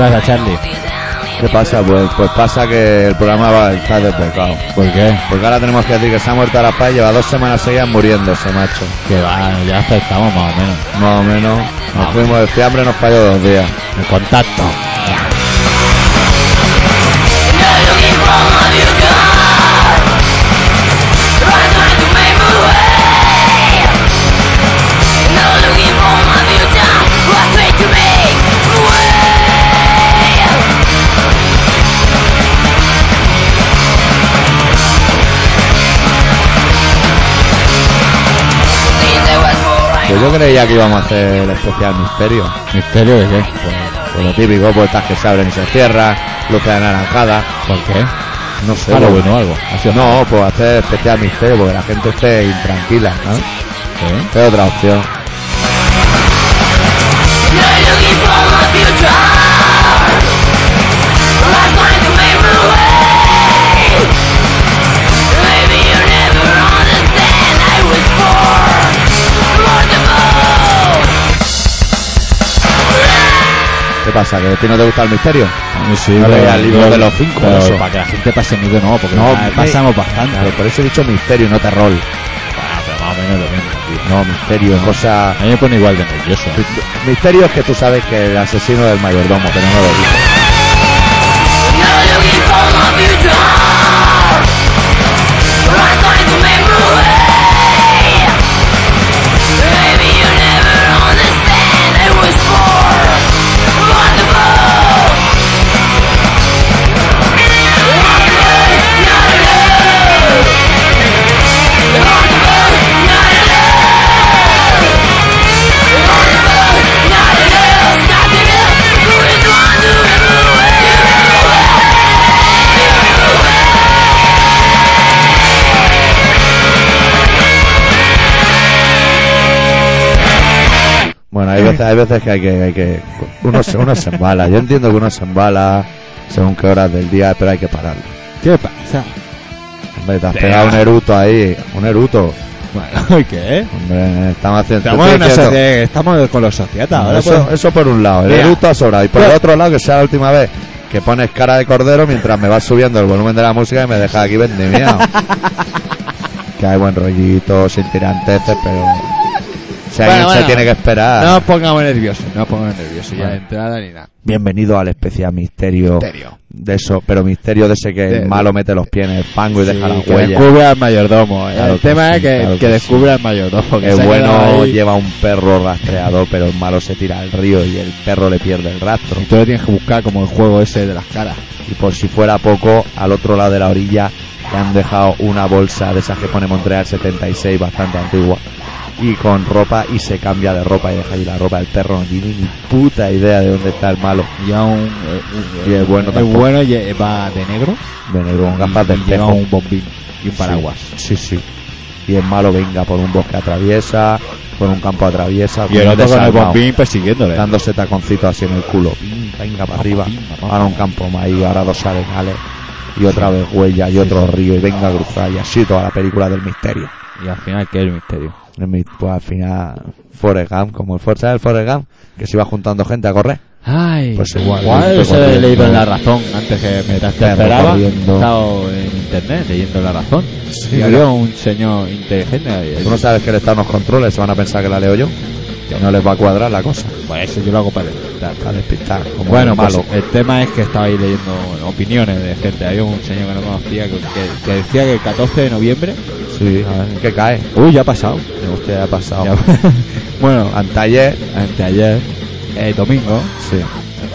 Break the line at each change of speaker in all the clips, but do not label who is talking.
pasa, Charlie?
¿Qué pasa? Pues, pues pasa que el programa va a estar despecado.
¿Por qué?
Porque ahora tenemos que decir que se ha muerto Arapá y lleva dos semanas seguidas muriéndose, macho.
Que va, ya aceptamos más o menos.
Más o menos. Nos fuimos de fiambre, nos falló dos días.
El contacto.
Pues yo creía que íbamos a hacer el especial misterio.
¿Misterio de qué?
Pues lo típico, puertas que se abren y se cierran, luces anaranjadas.
pues, ¿Por qué?
No sé.
Algo
pues-
Ah, bueno, algo. Así os-
No, pues hacer especial misterio porque la gente esté intranquila, ¿no?
¿Eh?
Es otra opción. ¿Qué pasa? ¿Que a ti no te gusta el misterio?
Sí,
No
pero-
leía el libro
pero-
de los cinco,
pero
eso.
Para que la gente pase miedo, no, porque
No,
ya
eh,
pasamos bastante.
Claro, por eso he dicho misterio, no terror.
Bueno, pero más o menos lo mismo, tío.
No, misterio, cosa...
A mí me pone igual de nervioso. ¿eh?
Misterio es que tú sabes que el asesino es el mayordomo, pero no lo dices. Bueno, hay veces, hay veces que hay que... Hay que uno, se, uno se embala. Yo entiendo que uno se embala según qué horas del día, pero hay que pararlo.
¿Qué pasa?
Hombre, te has pegado un eruto ahí. Un eruto.
Bueno, ¿qué?
Hombre, estamos
Estamos, en
haciendo... te estoy
una
diciendo-
sociedad- estamos con los societas ahora.
eso,
pues.
eso por un lado, el
Mira.
eructo ha sobrado. Y por el
Mira.
otro lado, que sea la última vez que pones cara de cordero mientras me vas subiendo el volumen de la música y me dejas aquí vendimiado. que hay buen rollito, sin tiranteces, pero. Si
Bueno,
alguien se
bueno.
tiene que esperar.
No os pongamos nerviosos, no os pongamos nerviosos ya
Vale.
de entrada ni nada.
Bienvenido al especial misterio.
Misterio.
De eso, pero misterio de ese que
De-
el malo mete los pies en el fango y deja la
Pues que
huella.
descubra al mayordomo. eh.
Claro
el
que
tema
sí,
es que,
claro
que
que sí.
descubra al mayordomo. Que
El
se ha quedado
bueno
ahí.
lleva un perro rastreador, pero el malo se tira al río y el perro le pierde el rastro.
Y tú lo tienes que buscar como el juego ese de las caras.
Y por si fuera poco, al otro lado de la orilla le han dejado una bolsa de esas que pone Montreal 76, bastante antigua. Y con ropa, y se cambia de ropa y deja ahí la ropa del perro. No tiene ni puta idea de dónde está el malo.
Lleva un.
Y el bueno
el
tampoco.
eh, bueno lle- va de negro.
De negro con gafas de
y lleva
espejo.
un bombín y un paraguas.
Sí, sí. Y el malo venga por un bosque atraviesa, por un campo atraviesa.
Y el otro con el
desarmado,
bombín persiguiéndole.
Dándose taconcitos así en el culo. Pim, Venga para arriba. Ahora un campo más y ahora dos arenales. Y otra vez huella y otro río. Y venga a cruzar. Y así toda la película del misterio.
Y al final, ¿qué es el misterio?
En mi- Pues al final, Forrest Gump, como el Forza del Forrest Gump, que se iba juntando gente a correr.
Ay,
Pues igual,
igual
estoy
eso lo he
corriendo.
leído en La Razón antes que me te
Estoy
esperaba. He
corriendo.
estado en internet leyendo La Razón.
Sí,
y había un señor inteligente. ahí.
Tú no sabes que le están los controles, se van a pensar que la leo yo. Que no les va a cuadrar la cosa.
Pues eso yo lo hago para despertar.
A despistar, como
Bueno,
un malo.
pues el tema es que estaba ahí leyendo opiniones de gente. Había un señor que no conocía que, que- que decía que el 14 de noviembre.
eh, Sí, a ver, ¿en ¿qué cae?
Uy, ya ha pasado.
Usted ha pasado.
Ya- bueno,
Antayer,
anteayer, eh, domingo,
sí,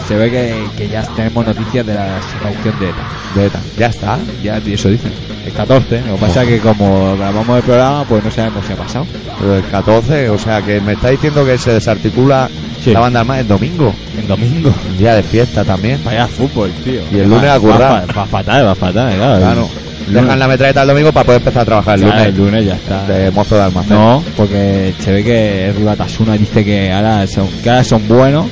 se ve que, que ya tenemos noticias de la situación de ETA.
de ETA. Ya está.
Ya, tío, eso dicen. El 14. Lo que pasa es que como grabamos el programa, pues no sabemos si ha pasado.
Pero el 14, o sea, que me está diciendo que se desarticula
Sí.
la banda armada el domingo.
El domingo.
Un día de fiesta también.
Vaya fútbol, tío.
Y el lunes a currar.
Va, va fatal, va fatal, claro.
Claro.
El
Dejan
lunes,
la metralleta el domingo para poder empezar a trabajar el
claro, el
lunes.
lunes ya está.
De mozo de almacén.
No, porque se ve que Ribatasuna dice que ahora son, que ahora son buenos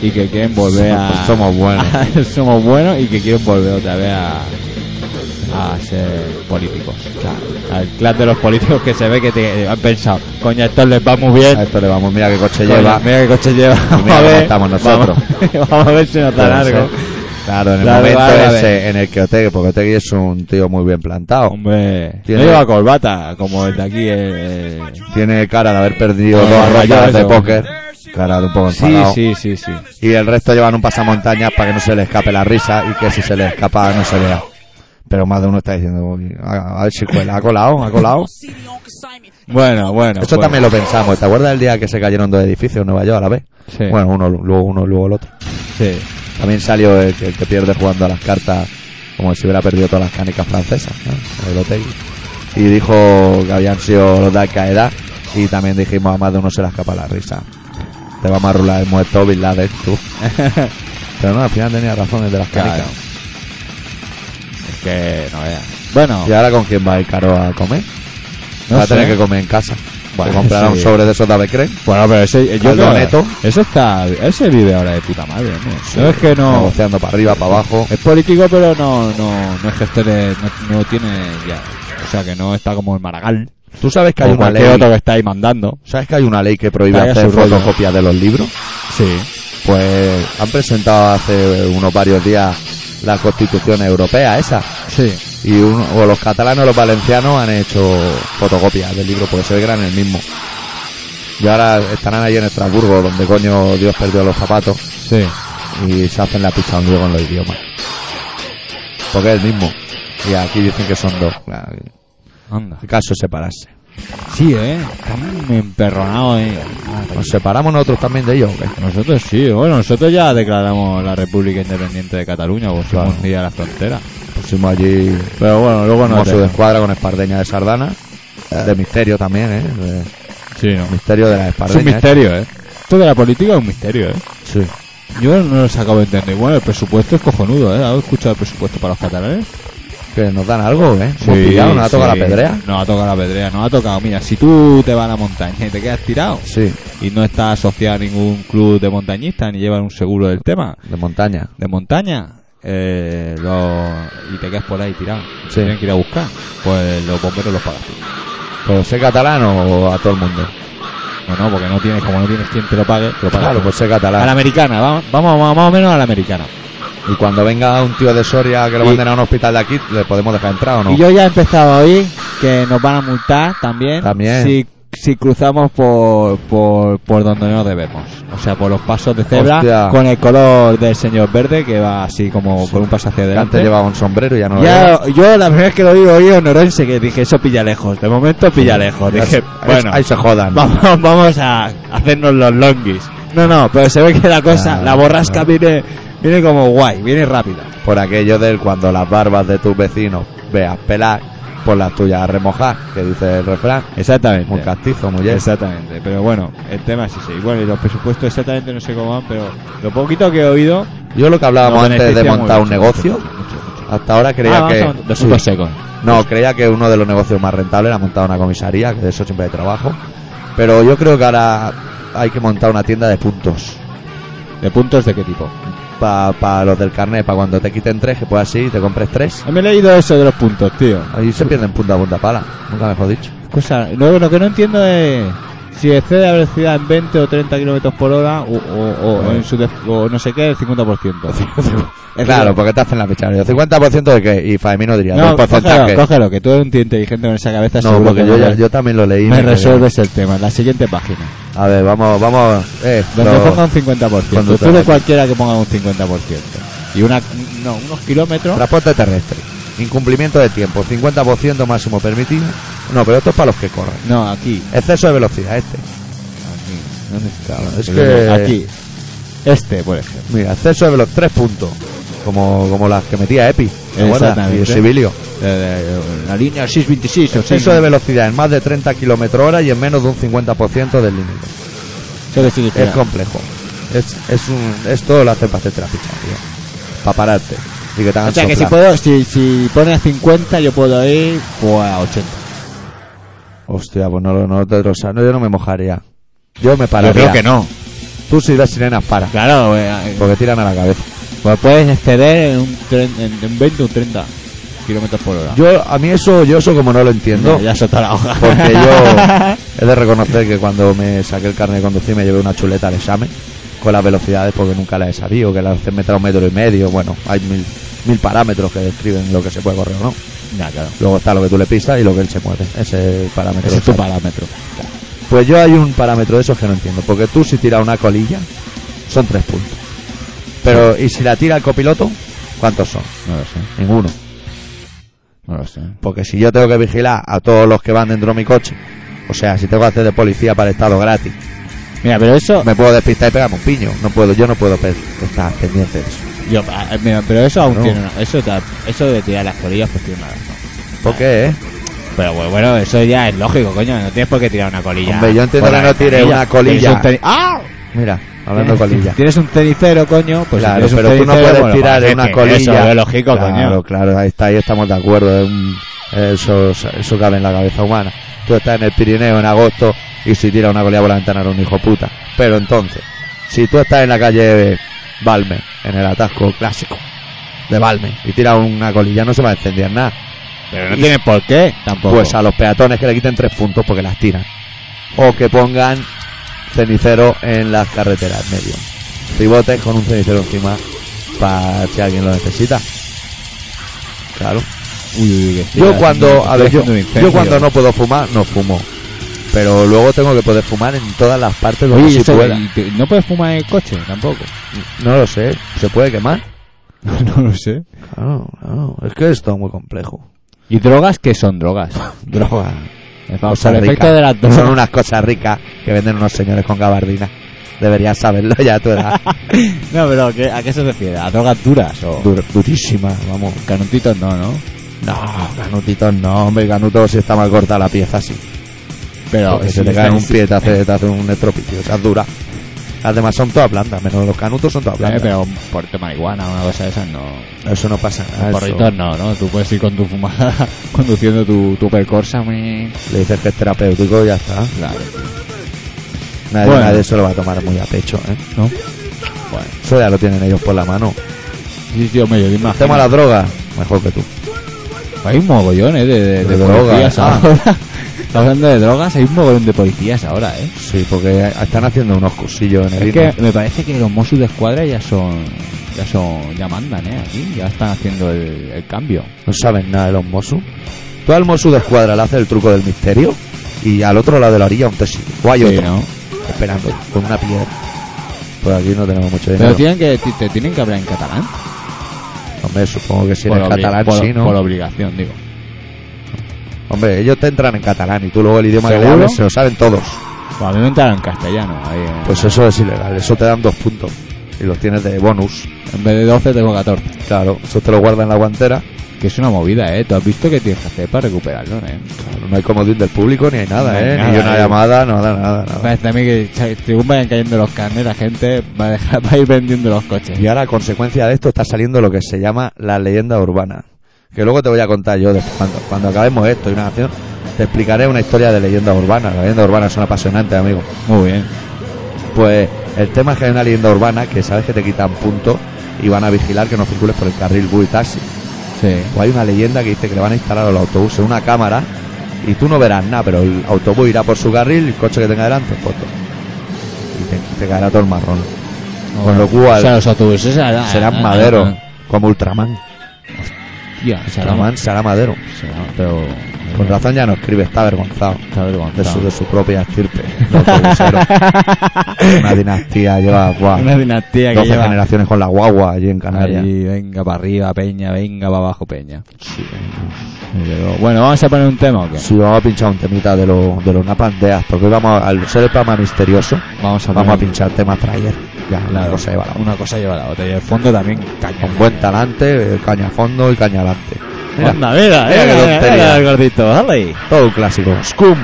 y que quieren volver a.
Somos buenos.
somos buenos y que quieren volver otra vez a. a ser políticos. Al clan de los políticos que se ve que te- han pensado, coño, esto les va muy bien.
A esto le vamos, mira qué coche
Coño,
lleva.
Mira qué coche lleva. Vamos
mira
a
dónde
ver.
estamos nosotros.
Vamos, vamos a ver si nos da
Puede
algo.
ser. Claro, en el
Claro,
momento
vale, vale.
ese en el que Otegi, porque Otegi es un tío muy bien plantado.
Hombre,
Oh. Tiene-
no lleva corbata, como el de aquí. eh, eh.
Tiene cara de haber perdido
No,
dos
no,
rondas
eso.
de póker. Cara de un poco
Sí,
enfadado.
sí, sí, sí.
Y el resto llevan un pasamontañas para que no se le escape la risa y que si se le escapa no se vea. Pero más de uno está diciendo, "Uy, a a ver si cuela, ha colado, ha colado.
Bueno, bueno.
Eso también lo pensamos. ¿Te acuerdas del día que se cayeron dos edificios en Nueva York a la vez?
Sí.
Bueno, uno, luego uno, luego el otro.
Sí.
También salió el que, el que pierde jugando a las cartas como si hubiera perdido todas las canicas francesas, ¿no? el hotel. Y dijo que habían sido los de Al-Qaeda y también dijimos a más de uno se le escapa la risa. Te vamos a rular el muerto Bin Laden, tú. Pero no, al final tenía razones de las canicas.
Claro. Es que no veas. Bueno,
¿Y ahora con quién va el caro a comer?
no
va a tener
sé.
que comer en casa.
Bueno,
Se comprará
sí.
un sobre de esos de Avecren.
Bueno, pero ese, yo
Aldo
creo-
Neto.
Ese está, ese vive ahora de puta madre. ¿no? No es que no
Negociando para arriba, para abajo.
es político, pero no, no, no es gestor, de- no, no tiene ya, o sea que no está como el Maragall,
Tú sabes que hay
o
una
cualquier
ley.
otro que está ahí mandando.
¿Sabes que hay una ley que prohíbe
Caiga
hacer
su rollo.
fotocopias de los libros?
Sí.
Pues han presentado hace unos varios días la constitución europea esa.
Sí.
Y uno, o los catalanes o los valencianos han hecho fotocopias del libro, porque se ve que eran el mismo. Y ahora estarán ahí en Estrasburgo, donde coño Dios perdió los zapatos,
Sí.
y se hacen la pizza un día con los idiomas. Porque es el mismo. Y aquí dicen que son dos. Claro,
Anda.
El caso es separarse.
Sí, eh. Están emperronados, eh. Madre.
¿Nos separamos nosotros también de ellos? o qué?
Nosotros sí, bueno, nosotros ya declaramos la República Independiente de Cataluña, pues
Claro.
un día a la frontera.
Pusimos allí
Pero bueno, luego no.
como su
dejan.
escuadra con Espardeña de Sardana. De misterio también, ¿eh? De-
Sí, no.
Misterio de
Es
las
un
Espardeñas.
misterio, eh. Esto de la política es un misterio, eh.
Sí.
Yo no lo acabo de entender. Bueno, el presupuesto es cojonudo, ¿eh? ¿Has escuchado el presupuesto para los catalanes?
Que nos dan algo, ¿eh? Hemos pillado, nos ha tocado
sí.
la pedrea.
Nos ha tocado la pedrea, nos ha tocado. Mira, si tú te vas a la montaña y te quedas tirado
Sí,
y no estás asociado a ningún club de montañistas ni llevas un seguro del tema
de montaña.
de montaña eh, lo- y te quedas por ahí tirado,
Sí.
tienen que ir a buscar, pues los bomberos los pagas tú.
Pues sé catalán o a todo el mundo.
No, no, porque no tienes, como no tienes quien te lo pague, te lo pagas
Claro,
tú.
pues sé
A la
catalán.
americana, vamos, vamos más- más o menos a la americana.
Y cuando venga un tío de Soria que lo
Y-
manden a un hospital de aquí, ¿le podemos dejar entrar o no?
Y yo ya he empezado a oír que nos van a multar también,
También.
si, si cruzamos por, por, por donde no debemos. O sea, por los pasos de cebra
Hostia.
con el color del señor verde que va así como por un paso hacia
Que antes
adelante.
llevaba un sombrero y ya no lo lleva.
¿eh? Ya, yo la primera vez que lo digo oí en Orense que dije eso pilla lejos. De momento pilla lejos.
Ya
Dije,
se- ahí-
bueno,
Ahí se jodan.
vamos, vamos a hacernos los longis. No, no, pero se ve que la cosa,
Ah,
la borrasca
ah.
viene, viene como guay, viene rápida.
Por aquello del cuando las barbas de tus vecinos veas pelar, por las tuyas remojar, que dice el refrán.
Exactamente.
Muy castizo, muy yes.
Exactamente, pero bueno, el tema es ese. Y bueno, y los presupuestos exactamente no sé cómo van, pero lo poquito que he oído.
Yo lo que hablábamos
nos
antes de
beneficia
montar
muy
un
mucho,
negocio,
mucho, mucho, mucho.
hasta ahora
Ah,
creía
vamos a
que...
montar- dos
Sí.
puntos secos.
No, creía que uno de los negocios más rentables era montar una comisaría, que de eso siempre hay trabajo. Pero yo creo que ahora hay que montar una tienda de puntos.
¿De puntos de qué tipo?
Para los del carnet, para cuando te quiten tres, que puedas ir y te compres tres.
Me he leído eso de los puntos, tío.
Ahí se pierden punta a punta pala, nunca mejor dicho.
Cosa, no, lo que no entiendo es si excede la velocidad en 20 o 30 kilómetros por hora o, o- o en su de- o no sé qué, el 50%.
Claro, porque te hacen la ficha. Yo, ¿50% de qué? Y Faemino diría, de
no,
un porcentaje.
cógelo, cógelo, que tú eres un tío inteligente con esa cabeza.
no,
seguro
porque
que
yo,
me-
ya- yo también lo leí.
me
me quedé.
resuelves el tema. La siguiente página.
A ver, vamos, vamos. Eh,
Donde
los-
ponga un 50%. Tú
Cuando
de
trabaje.
cualquiera que ponga un 50%. Y una, no, unos kilómetros.
Transporte terrestre. Incumplimiento de tiempo. 50% máximo permitido. No, pero esto es para los que corren.
No, aquí.
Exceso de velocidad, este.
Aquí. ¿Dónde está?
Es que-
Aquí. Este, por ejemplo.
Mira, exceso de los tres puntos. Como, como las que metía Epi. ¿te acuerdas?
Exactamente.
Y el Sibilio.
Eh, eh, La línea 626 o
Exceso de
6.
velocidad en más de 30 kilómetros hora y en menos de un 50% del límite. Es complejo. Es, es un, esto lo hace para hacerte la picha, Para pararte. Y que te hagan
O sea que si
soplar.
puedo, si, si pone a 50 yo puedo ir pues, a 80.
Hostia, pues no, lo- no, te lo sa- no, yo no me mojaría. Yo me pararía.
no.
Tú si las sirenas para.
Claro, eh, eh,
Pues- Porque tiran a la cabeza.
pues puedes exceder en un, tren- en, en 20 o un 30. kilómetros por hora.
Yo, a mí eso, yo eso como no lo entiendo.
Mira, ya soltó la hoja.
Porque yo he de reconocer que cuando me saqué el carnet de conducir me llevé una chuleta al examen con las velocidades porque nunca las he sabido, que las me trae un metro y medio, bueno, hay mil, mil parámetros que describen lo que se puede correr o no.
Ya, claro.
Luego está lo que tú le pisas y lo que él se mueve, ese parámetro.
Ese es tu
exacto.
parámetro.
Pues yo hay un parámetro de esos que no entiendo, porque tú si tiras una colilla son tres puntos. Pero, ¿y si la tira el copiloto? ¿Cuántos son?
No lo sé.
Ninguno.
No lo sé.
Porque si yo tengo que vigilar a todos los que van dentro de mi coche, o sea, si tengo que hacer de policía para el Estado gratis,
Mira, pero eso.
me puedo despistar y pegarme un piño. No puedo, yo no puedo pe- estar pendiente de eso.
Yo, ah, mira, pero eso aún
No.
tiene una- Eso, ta- eso de tirar las colillas, pues tiene una razón.
¿Por qué, eh?
Pero bueno, bueno, eso ya es lógico, coño. No tienes por qué tirar una colilla.
Hombre, yo entiendo
Por
que
la
no tire
ventanilla.
una colilla.
Tienes un teni- ¡Ah!
Mira, hablando de
Tienes-
colilla.
Tienes un tenicero, coño. Pues si
claro,
tienes un
pero tú no
tenicero,
puedes
pues lo
tirar
pones,
una
que Eso
colilla.
es lógico,
claro,
coño.
claro, ahí está, ahí estamos de acuerdo. es un- eso, eso cabe en la cabeza humana. Tú estás en el Pirineo en agosto y si tiras una colilla por la ventana eres un hijo puta. Pero entonces, si tú estás en la calle Balme, en el atasco clásico de Balme, y tiras una colilla, no se va a encender nada.
Pero no tienes por qué, tampoco.
Pues a los peatones que le quiten tres puntos porque las tiran. O que pongan cenicero en las carreteras, medio. Pivotes con un cenicero encima para si alguien lo necesita. Claro.
Uy, uy, uy, que
Yo
sí,
cuando,
haciendo-
a ver, yo,
haciendo un
yo
incendio.
cuando no puedo fumar, no fumo. Pero luego tengo que poder fumar en todas las partes donde
Oye,
se
eso,
Pues pueda.
y te- no puedes fumar en el coche tampoco.
No lo sé, se puede quemar.
No, no lo sé.
Claro, claro. Es que es todo muy complejo.
¿Y drogas qué son drogas?
Droga.
El
Cosas
famoso el efecto
ricas.
de las
Son
drogas.
unas cosas ricas que venden unos señores con gabardina. Deberías saberlo ya a tu edad.
No, pero ¿qué- ¿a qué se refiere? ¿A drogas duras o...?
Dur- durísima, vamos.
Canutitos no, ¿no?
No, ganutitos no, hombre, ganuto si está mal cortada la pieza, sí.
Pero
Porque
si
se te cae en un
sí,
pie, te hace, te hace un estropicio, esas duras. Además son todas blandas, menos los canutos son todas
eh,
blandas.
pero por de marihuana una cosa de esas no.
Eso no pasa nada. Ah, eso-
Porritos no, ¿no? Tú puedes ir con tu fumada conduciendo tu, tu percorsa muy...
Le dices que es terapéutico y ya está.
Claro.
Nadie,
Bueno.
nadie se lo va a tomar muy a pecho, ¿eh?
¿No? Bueno.
Eso ya lo tienen ellos por la mano.
Sí, tío, medio de
El tema de las drogas, mejor que tú.
Hay un mogollón, ¿eh? De, de-
De
de policías
drogas, ah.
ahora. Hablando de drogas, hay un mogollón de policías ahora, ¿eh?
Sí, porque están haciendo unos cursillos en el
Es
himno.
que me parece que los Mossos de Escuadra ya son... Ya son... Ya mandan, ¿eh? Aquí ya están haciendo el, el cambio.
No saben nada de los Mosu. Tú al Mosu de escuadra le haces el truco del misterio y al otro lado de la orilla un tesigo. O hay
Sí,
otro
¿no?
esperando con una piedra. Por aquí no tenemos mucho
Pero
dinero.
tienen que, ti- te tienen que hablar en catalán.
Hombre, supongo que si eres
obli-
catalán,
por-
sí, ¿no?
por obligación, digo.
Hombre, ellos te entran en catalán y tú luego el idioma que le
¿Seguro?
hables se lo saben todos.
Pues a mí me entraron en castellano. ahí ¿eh? en-
Pues eso es ilegal, eso te dan dos puntos. Y los tienes de bonus.
En vez de 12 tengo 14.
Claro, eso te lo guardan en la guantera.
Que es una movida, ¿eh? Tú has visto que tienes que hacer para recuperarlo, ¿eh?
Claro, no hay comodín del público ni hay nada,
No hay
¿eh? ni
nada,
una
eh.
llamada, nada, nada, nada.
Parece a mí que cha- según vayan cayendo los carnes, la gente va a, dejar, va a ir vendiendo los coches.
Y ahora, a consecuencia de esto, está saliendo lo que se llama la leyenda urbana. Que luego te voy a contar yo, de- cuando, cuando acabemos esto y una canción, te explicaré una historia de leyenda urbana. La leyenda urbana son apasionantes, amigo.
Muy bien.
Pues el tema es que hay una leyenda urbana que sabes que te quitan puntos y van a vigilar que no circules por el carril bus y taxi.
Sí.
O hay una leyenda que dice que le van a instalar a los autobuses una cámara y tú no verás nada, pero el autobús irá por su carril y el coche que tenga delante, foto. Y te, te caerá todo el marrón. Con lo cual,
O sea, los autobuses serán...
serán madero,
ah,
como Ultraman.
Ya, serán
Ultraman será madero.
serán- Pero...
Con razón ya no escribe, está avergonzado
Está
de su,
avergonzado.
de su propia estirpe. de autobusero. Una dinastía lleva guau,
Una dinastía que
12
lleva...
generaciones con la guagua allí en Canarias.
Allí, venga para arriba, Peña, venga para abajo, Peña.
Sí.
Pero, bueno, vamos a poner un tema o qué?
Sí, vamos a pinchar un temita de, lo- de los napandeas, porque hoy vamos a, al ser el programa misterioso,
Vamos a
vamos a
poner-
pinchar temas trayer. Ya, la cosa lleva la otra.
Una cosa lleva a la otra. Y el fondo también caña.
Con buen talante, eh, caña a fondo y caña adelante. Mira,
Anda, mira,
Mira
mira,
qué
mira,
tontería.
mira el gordito, dale.
todo un clásico. Scum.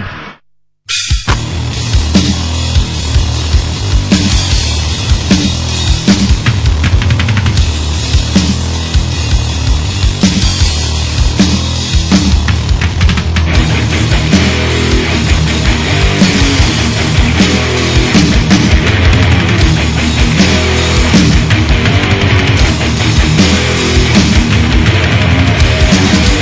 Thank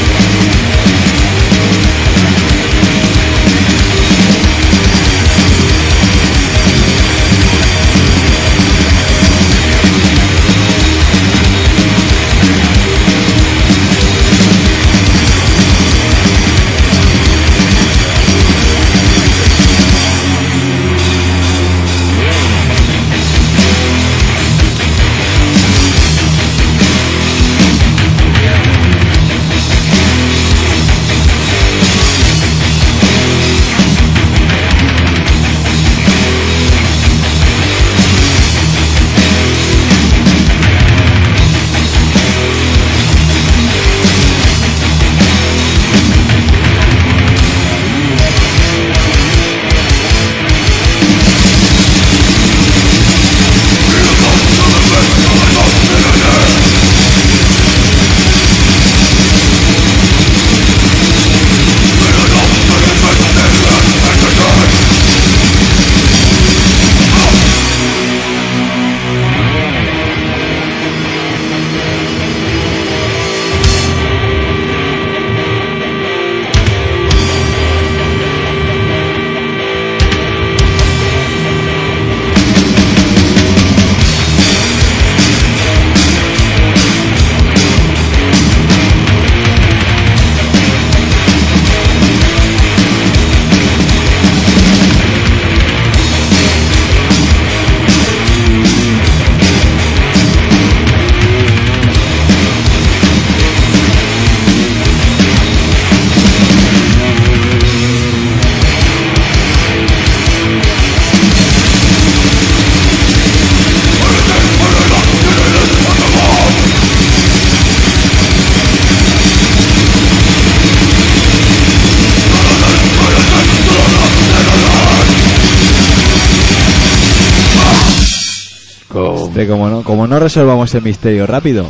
Dice, Este, como no, como no resolvamos el misterio rápido,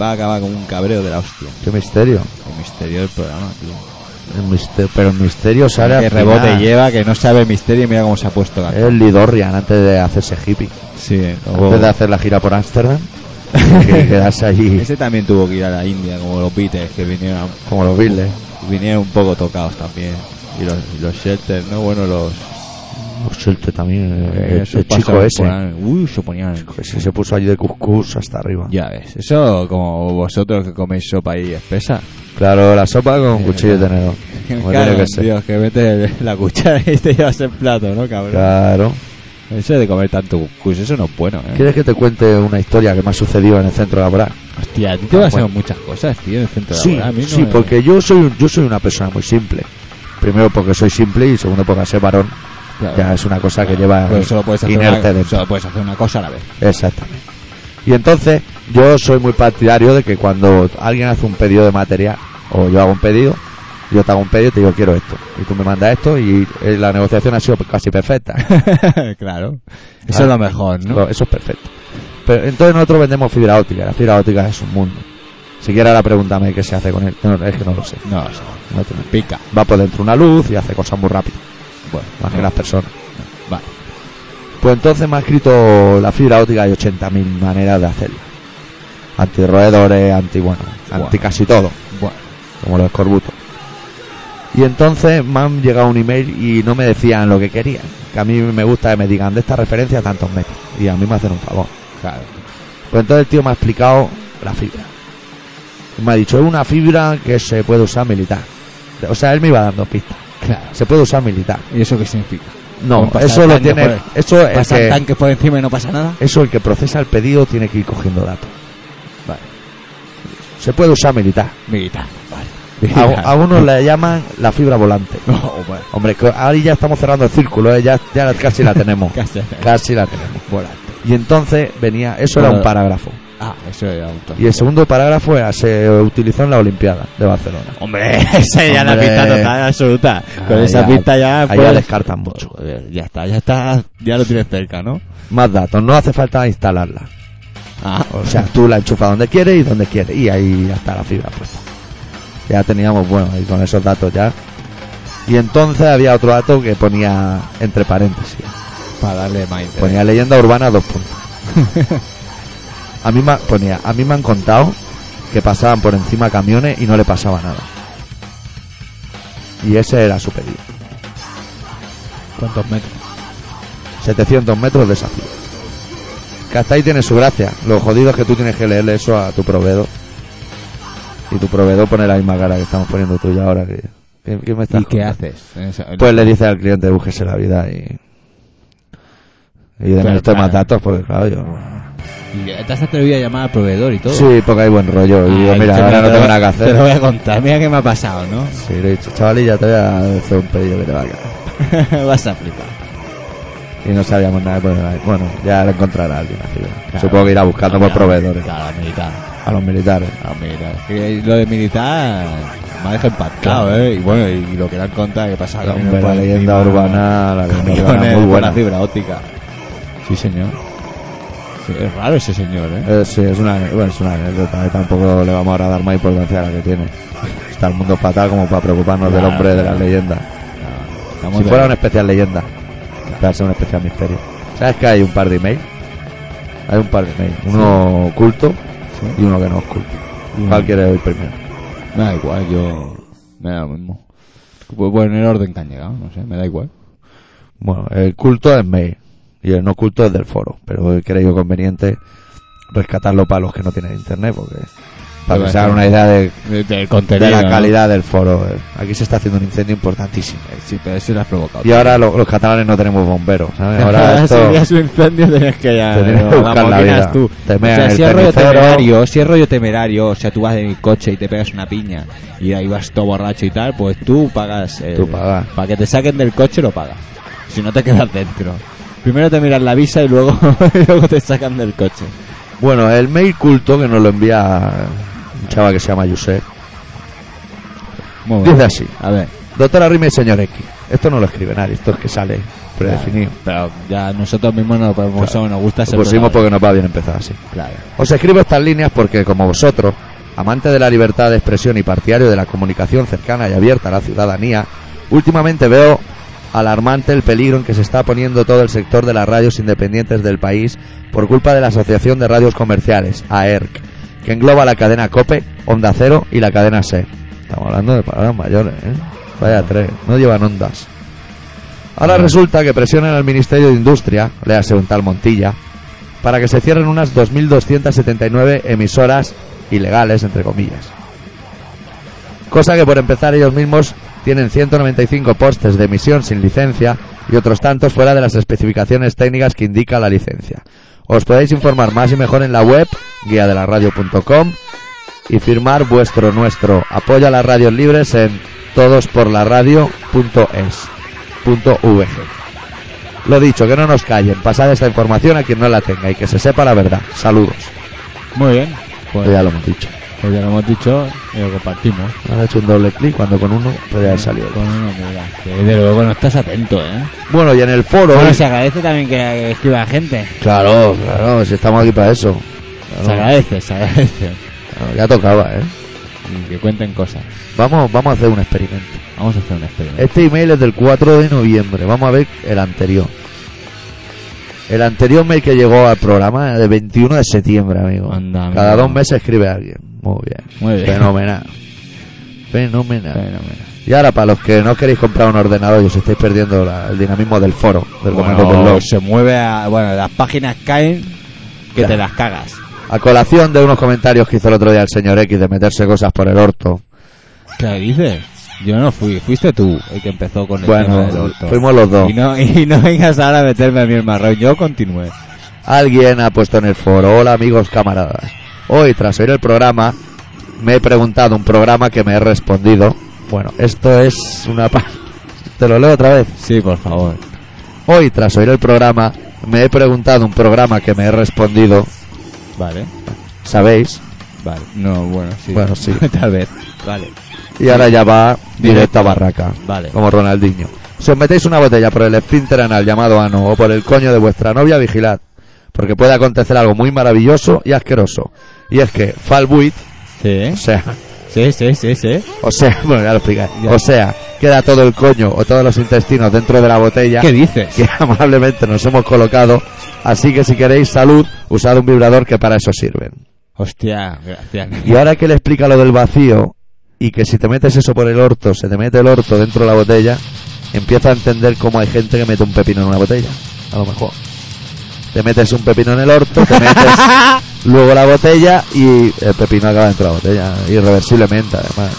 va a acabar con un cabreo de la hostia.
Qué misterio.
El misterio del programa, tío.
El misterio, pero el misterio sale
que
al final. Eh.
rebote lleva, que no sabe el misterio y mira cómo se ha puesto la
Es Lidorrian antes de hacerse hippie.
Sí,
Antes de hacer la gira por Ámsterdam. que quedarse allí
Ese también tuvo que ir a la India, como los Beatles, que vinieron,
como los Beatles.
vinieron un poco tocados también. Y los, y los Shelter, ¿no? Bueno, los...
Por suerte también, el, el-
esos
el chico
pasaban
ese.
por ahí. Uy, se ponían...
Que se, se puso allí de cuscús hasta arriba.
Ya ves, eso como vosotros que coméis sopa ahí espesa.
Claro, la sopa con cuchillo y tenedor. Como tiene
Claro,
que ser.
Dios, que metes la cuchara y te llevas el plato, ¿no, cabrón?
Claro.
Eso de comer tanto cuscús, eso no es bueno, ¿eh?
¿Quieres que te cuente una historia que me ha sucedido en el centro laboral?
Hostia, a ti te
Ah,
pasan
bueno.
muchas cosas, tío, en el centro
Sí,
laboral. A mí no
sí,
me-
porque yo soy yo soy una persona muy simple. Primero porque soy simple y segundo porque al ser varón
Claro.
ya es una cosa que lleva
Pero solo puedes, hacer
inerte
una,
dentro.
solo puedes hacer una cosa a la vez.
Exactamente. Y entonces yo soy muy partidario de que cuando alguien hace un pedido de material o yo hago un pedido, yo te hago un pedido y te digo quiero esto. Y tú me mandas esto y eh, la negociación ha sido casi perfecta.
claro. Eso es lo mejor, ¿no?
Lo- Eso es perfecto. Pero entonces nosotros vendemos fibra óptica. La fibra óptica es un mundo. Siquiera ahora pregúntame qué se hace con él. No, es que no lo sé.
No, eso
No tengo-
pica.
Va por dentro una luz y hace cosas muy rápido,
Bueno,
más que
no.
las personas.
Vale.
Pues entonces me ha escrito la fibra óptica de 80.000 maneras de hacerla. Anti roedores, anti bueno,
Buah.
anti casi todo,
Bueno,
como los escorbutos. Y entonces me han llegado un email y no me decían lo que querían. Que a mí me gusta que me digan de esta referencia tantos metros. Y a mí me hacen un favor.
claro.
Pues entonces el tío me ha explicado la fibra. Y me ha dicho, es una fibra que se puede usar militar. O sea, él me iba dando pistas.
Claro.
Se puede usar militar.
¿Y eso qué significa?
No,
Como pasar
eso lo
tanques
tiene.
por-
Eso es
¿Pasar
que-
tanques por encima y no pasa nada?
eso el que procesa el pedido tiene que ir cogiendo datos.
Vale.
Se puede usar militar.
Militar. Vale.
A, a uno le llaman la fibra volante.
No, bueno.
Hombre, que ahora ya estamos cerrando el círculo, ¿eh? ya, ya casi la tenemos.
Casi.
casi la tenemos.
Volante.
Y entonces venía, eso era un
Bueno.
parágrafo.
Ah, eso era un toque.
Y el segundo parágrafo era, se utilizó en la Olimpiada de Barcelona.
Hombre, esa ya la
Hombre.
pista total absoluta. Con
Ah,
esa
ya.
pista ya.
Ahí
puedes-
ya descartan mucho.
Joder, Ya está, ya está. Ya lo tienes cerca, ¿no?
Más datos, no hace falta instalarla.
Ah,
O sea, tú la enchufas donde quieres y donde quieres. Y ahí ya está la fibra puesta. Ya teníamos, bueno, y con esos datos ya. Y entonces había otro dato que ponía entre paréntesis.
para darle más interés.
Ponía leyenda urbana dos puntos. A mí me, ponía, a mí me han contado que pasaban por encima camiones y no le pasaba nada. Y ese era su pedido.
¿Cuántos metros?
700 metros de esa fibra. Que hasta ahí tiene su gracia. Lo jodido es que tú tienes que leerle eso a tu proveedor. Y tu proveedor pone la misma cara que estamos poniendo tú y yo ahora. Que, que- que me estás
¿Y qué
contando.
haces? En esa-
Pues le dice al cliente, búsquese la vida y. Y de
Claro,
menos más
claro.
datos, porque claro, yo.
¿Y ¿Te has atrevido a llamar al proveedor y todo?
Sí, porque hay buen rollo. Y digo,
Ah,
mira,
dicho,
ahora no
te
tengo
lo-
nada que
Te lo
hacer.
voy a contar, mira qué me ha pasado, ¿no?
Sí, le he dicho, chaval, y ya te voy a hacer un pedido que te va a caer.
Vas a flipar.
Y no sabíamos nada. pues, Bueno, ya le encontrará alguien. así que
Claro.
Supongo que irá buscando por
Claro,
proveedores.
Claro, militar.
A los militares.
Claro, militar. Ah, Que Lo de militar me ha dejado impactado,
Claro.
¿eh? Y bueno, y lo que le han contado que pasaba
Hombre,
camino
la
por
leyenda
encima,
urbana, la leyenda
camiones
urbana es muy
con
buena.
la fibra óptica. Sí, señor. Sí, es raro ese señor, ¿eh?
Eh, sí, es una, bueno, es una anécdota, eh, tampoco le vamos ahora a dar más importancia a la que tiene. Está el mundo fatal como para preocuparnos
Claro,
del hombre de las
claro.
leyendas.
Estamos
Si
de-
fuera una especial leyenda, para ser un especial misterio. ¿Sabes que hay un par de email? Hay un par de email, uno oculto
Sí.
y uno que no es oculto.
Mm.
¿Cuál quieres oír primero?
Me da igual, yo... Me da lo mismo. Pues bueno, en el orden que han llegado, no sé, me da igual.
Bueno, el culto es mail y el no oculto es del foro, pero he creído conveniente rescatarlo para los que no tienen internet, porque para que se hagan una idea de
De- Del
de
contenido,
la
¿no?
calidad del foro. eh. Aquí se está haciendo un incendio importantísimo.
Eh, Sí, pero eso lo has provocado.
Y ahora lo- los catalanes no tenemos bomberos, ¿sabes? Ahora esto...
si es un incendio tenías que ya...
Te tienes que
no,
buscar
vamos,
la
¿qué
vida.
harás tú?
Te
o
mean
sea,
el
si es rollo
cenicero.
temerario, si es rollo temerario, o sea, tú vas en el coche y te pegas una piña y ahí vas todo borracho y tal, pues tú pagas... el-
Tú pagas.
Para que te saquen del coche lo pagas. Si no te quedas dentro. Primero te miran la visa y luego, y luego te sacan del coche.
Bueno, el mail culto que nos lo envía un chaval que se llama Josep.
Muy
Dice
bueno.
así.
A ver.
Doctora Rime y señor X. Esto no lo escribe nadie, esto es que sale predefinido.
Pero ya nosotros mismos no lo podemos
Claro.
usar, nos gusta
Lo
ser
pusimos
protagonistas.
porque nos va bien empezar así.
Claro.
Os escribo estas líneas porque, como vosotros, amante de la libertad de expresión y partidario de la comunicación cercana y abierta a la ciudadanía, últimamente veo alarmante el peligro en que se está poniendo todo el sector de las radios independientes del país por culpa de la Asociación de Radios Comerciales, AERC, que engloba la cadena COPE, Onda Cero y la cadena SE. Estamos hablando de palabras mayores, ¿eh? Vaya tres, no llevan ondas. Ahora resulta que presionan al Ministerio de Industria, le hace un tal Montilla, para que se cierren unas 2.279 emisoras ilegales, entre comillas. Cosa que por empezar ellos mismos tienen 195 postes de emisión sin licencia y otros tantos fuera de las especificaciones técnicas que indica la licencia. Os podéis informar más y mejor en la web guía de la radio.com y firmar vuestro nuestro apoyo a las radios libres en todosporlaradio.es punto VG. Lo dicho, que no nos callen, pasad esta información a quien no la tenga y que se sepa la verdad. Saludos.
Muy bien. Pues
ya lo hemos dicho.
pues ya lo hemos dicho y lo compartimos.
Han hecho un doble clic cuando con uno podría haber salido.
Con una mula, que de luego no estás atento, ¿eh?
Bueno, y en el foro.
Bueno, se agradece también que escriba gente.
Claro, claro, si estamos aquí para eso.
Se
Claro,
agradece, se agradece.
claro, ya tocaba, ¿eh?
Y que cuenten cosas.
Vamos, vamos a hacer un experimento.
Vamos a hacer un experimento.
Este email es del 4 de noviembre. Vamos a ver el anterior. El anterior mail que llegó al programa es del 21 de septiembre, amigo.
Anda, amigo.
Cada dos meses escribe alguien. Muy bien.
Muy bien.
Fenomenal. Fenomenal.
Bueno, bueno.
Y ahora, para los que no queréis comprar un ordenador y os estáis perdiendo la- el dinamismo del foro, del comando del
Bueno,
blog,
se mueve a... Bueno, las páginas caen que
Ya.
te las cagas.
a colación de unos comentarios que hizo el otro día el señor X de meterse cosas por el orto,
¿Qué dices? Yo no fui, fuiste tú el que empezó con el tema del
bueno,
orto.
fuimos los dos.
Y no, y no vengas ahora a meterme a mí el marrón, yo continué.
Alguien ha puesto en el foro, hola amigos camaradas. Hoy, tras oír el programa, me he preguntado un programa que me he respondido. Bueno, esto es una... pa- Te lo leo otra vez.
Sí, por favor.
Hoy, tras oír el programa, me he preguntado un programa que me he respondido.
Vale,
¿Sabéis?
vale. No, bueno, sí.
Bueno, sí.
Tal vez. Vale,
Y ahora ya va directo a Barraca,
vale.
como Ronaldinho. Si os metéis una botella por el esfínter anal llamado ano o por el coño de vuestra novia, vigilad, porque puede acontecer algo muy maravilloso y asqueroso. Y es que Falbuit,
Sí, ¿eh?
o sea,
sí, sí, sí, sí.
o sea, bueno, ya lo explicaré,
Ya.
o sea, queda todo el coño o todos los intestinos dentro de la botella
¿Qué dices?
que amablemente nos hemos colocado, así que si queréis salud, usad un vibrador que para eso sirven.
Hostia, gracias.
Y ahora que le explica lo del vacío y que si te metes eso por el orto, se te mete el orto dentro de la botella, empieza a entender cómo hay gente que mete un pepino en una botella. A lo mejor. Te metes un pepino en el orto, te metes luego la botella y el pepino acaba dentro de la botella, irreversiblemente además.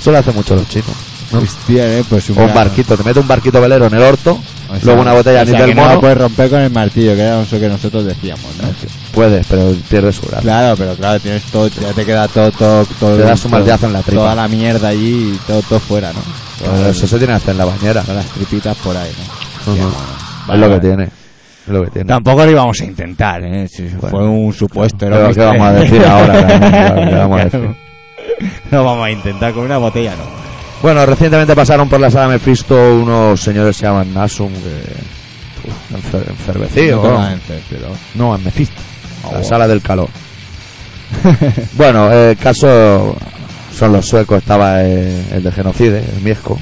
Eso lo hacen mucho los chinos. ¿no?
Hostia, eh, pues un,
O un
gran-
barquito, te mete un barquito velero en el orto,
o sea,
luego una botella
o
a
sea,
nivel
que no
mono.
la puedes romper con el martillo, que era eso que nosotros decíamos, ¿no?
Puedes, pero pierdes su gracia.
Claro, pero claro, tienes todo, ya te queda todo, todo, todo
Te das un
todo-
martillazo en la tripa.
Toda la mierda allí y todo, todo fuera, ¿no?
Pero Eso se tiene que hacer en la bañera.
Todas las tripitas por ahí, ¿no?
Ujú.
Hostia, bueno.
Es
Vale,
lo que
vale.
tiene. Es lo que tiene.
Tampoco lo íbamos a intentar, ¿eh? Si fue un supuesto, era
Pero,
un
¿qué vamos a
misterio.
decir ahora? Claro, ¿qué vamos a decir?
No vamos a intentar con una botella, no.
Bueno, recientemente pasaron por la sala Mephisto unos señores que se llaman Nasum, que. uf, enfer- enfervecidos,
No
¿no?
toman cerveza, ¿no?
No, en Mephisto.
Ah,
la
bueno.
sala del calor. bueno, eh, el caso son los suecos. Estaba eh, el de genocide, el Miesco.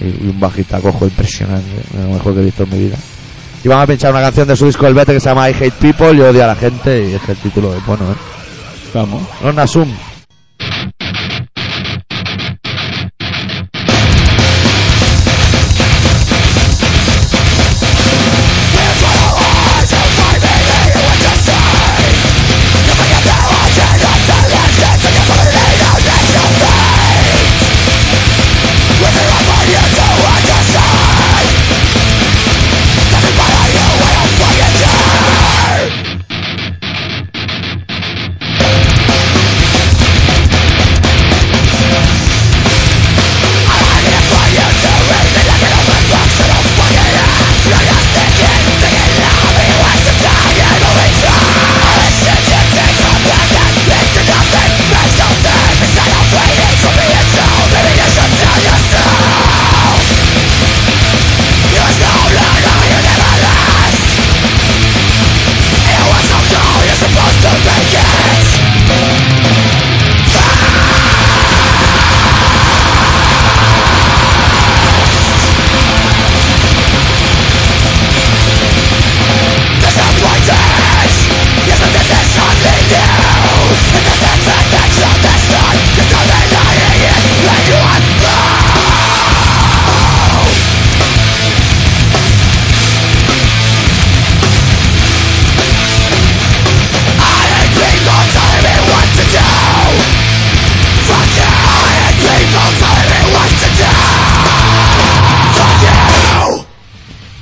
Y y un bajista cojo impresionante, de lo mejor que he visto en mi vida. Y vamos a pinchar una canción de su disco El Vete que se llama I Hate People, yo odio a la gente, y es que el título es bueno, ¿eh?
Vamos.
Los Nasum.
Everybody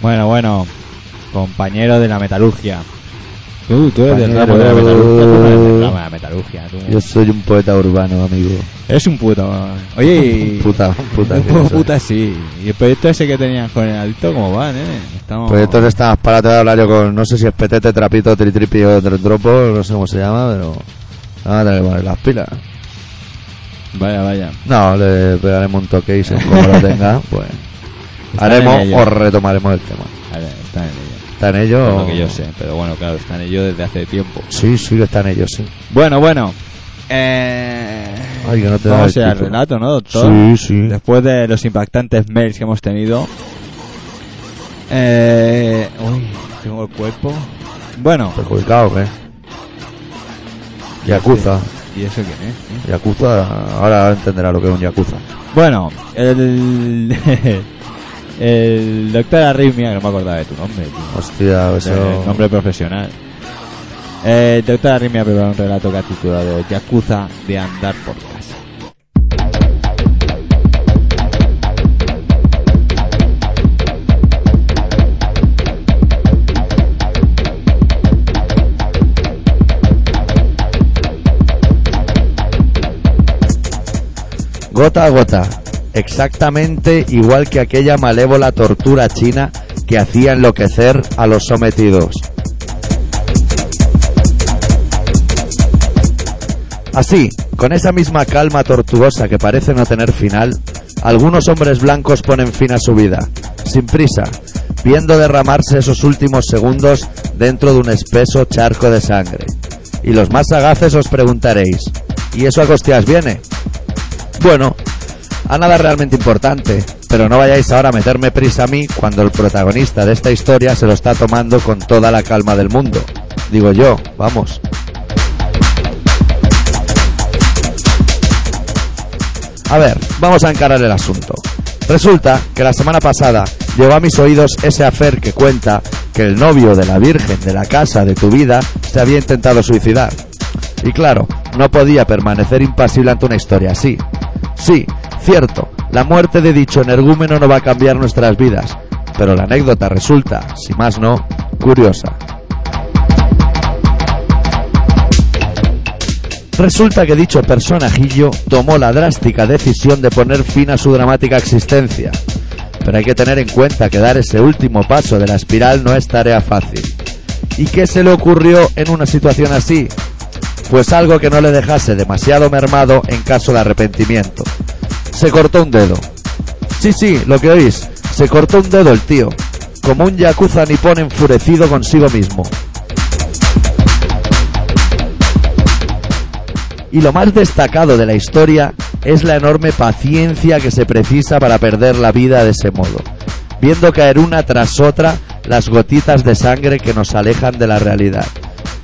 bueno, bueno. Compañero de la metalurgia. Tú, tú eres del ramo
Compañero.
de la metalurgia. Tú no eres del ramo de la metalurgia. tú.
Yo soy un poeta urbano, amigo.
Eres un puto. Oye, y-
Puta, puta.
un
que
poco
soy.
puta, sí. Y el proyecto ese que tenías con el adicto, ¿cómo va, nene? Estamos...
Pues entonces estamos para te voy a hablar yo con, no sé si es petete, trapito, tritripi o tropo, no sé cómo se llama, pero... Ah, tenemos que poner las pilas.
Vaya, vaya.
No, le pegaremos un toque y según como lo tenga, pues...
Están
haremos
en ello.
o retomaremos el tema.
A ver, están en ello.
¿Está en
Es
ello?
lo que yo sé, pero bueno, claro, están en ello desde hace tiempo.
Sí, sí, que está en ello, sí.
Bueno, bueno. Eh...
Ay, que no te da
Vamos
el
al
tipo.
relato, ¿no, doctor?
Sí, sí.
Después de los impactantes mails que hemos tenido. Eh... Uy, tengo el cuerpo. Bueno,
Perjudicado, ¿qué? Yakuza.
¿y eso qué es? eh?
Yakuza, ahora entenderá lo que es un Yakuza.
Bueno, el. el doctor Arritmia, que no me acordaba de tu nombre, tío.
Hostia,
Eh,
eso...
nombre profesional. Eh, doctor Arrimia ha preparado un relato que ha titulado Yakuza de andar por casa.
Gota a gota, exactamente igual que aquella malévola tortura china que hacía enloquecer a los sometidos. Así, con esa misma calma tortuosa que parece no tener final, algunos hombres blancos ponen fin a su vida, sin prisa, viendo derramarse esos últimos segundos dentro de un espeso charco de sangre. Y los más sagaces os preguntaréis, ¿y eso a costias viene? Bueno, a nada realmente importante, pero no vayáis ahora a meterme prisa a mí cuando el protagonista de esta historia se lo está tomando con toda la calma del mundo. Digo yo, vamos. A ver, vamos a encarar el asunto. Resulta que la semana pasada llegó a mis oídos ese afer que cuenta que el novio de la virgen de la casa de tu vida se había intentado suicidar. Y claro, no podía permanecer impasible ante una historia así. Sí, cierto, la muerte de dicho energúmeno no va a cambiar nuestras vidas, pero la anécdota resulta, si más no, curiosa. Resulta que dicho personajillo tomó la drástica decisión de poner fin a su dramática existencia. Pero hay que tener en cuenta que dar ese último paso de la espiral no es tarea fácil. ¿Y qué se le ocurrió en una situación así? Pues algo que no le dejase demasiado mermado en caso de arrepentimiento. Se cortó un dedo. Sí, sí, lo que oís, se cortó un dedo el tío, como un yakuza nipón enfurecido consigo mismo. Y lo más destacado de la historia es la enorme paciencia que se precisa para perder la vida de ese modo, viendo caer una tras otra las gotitas de sangre que nos alejan de la realidad,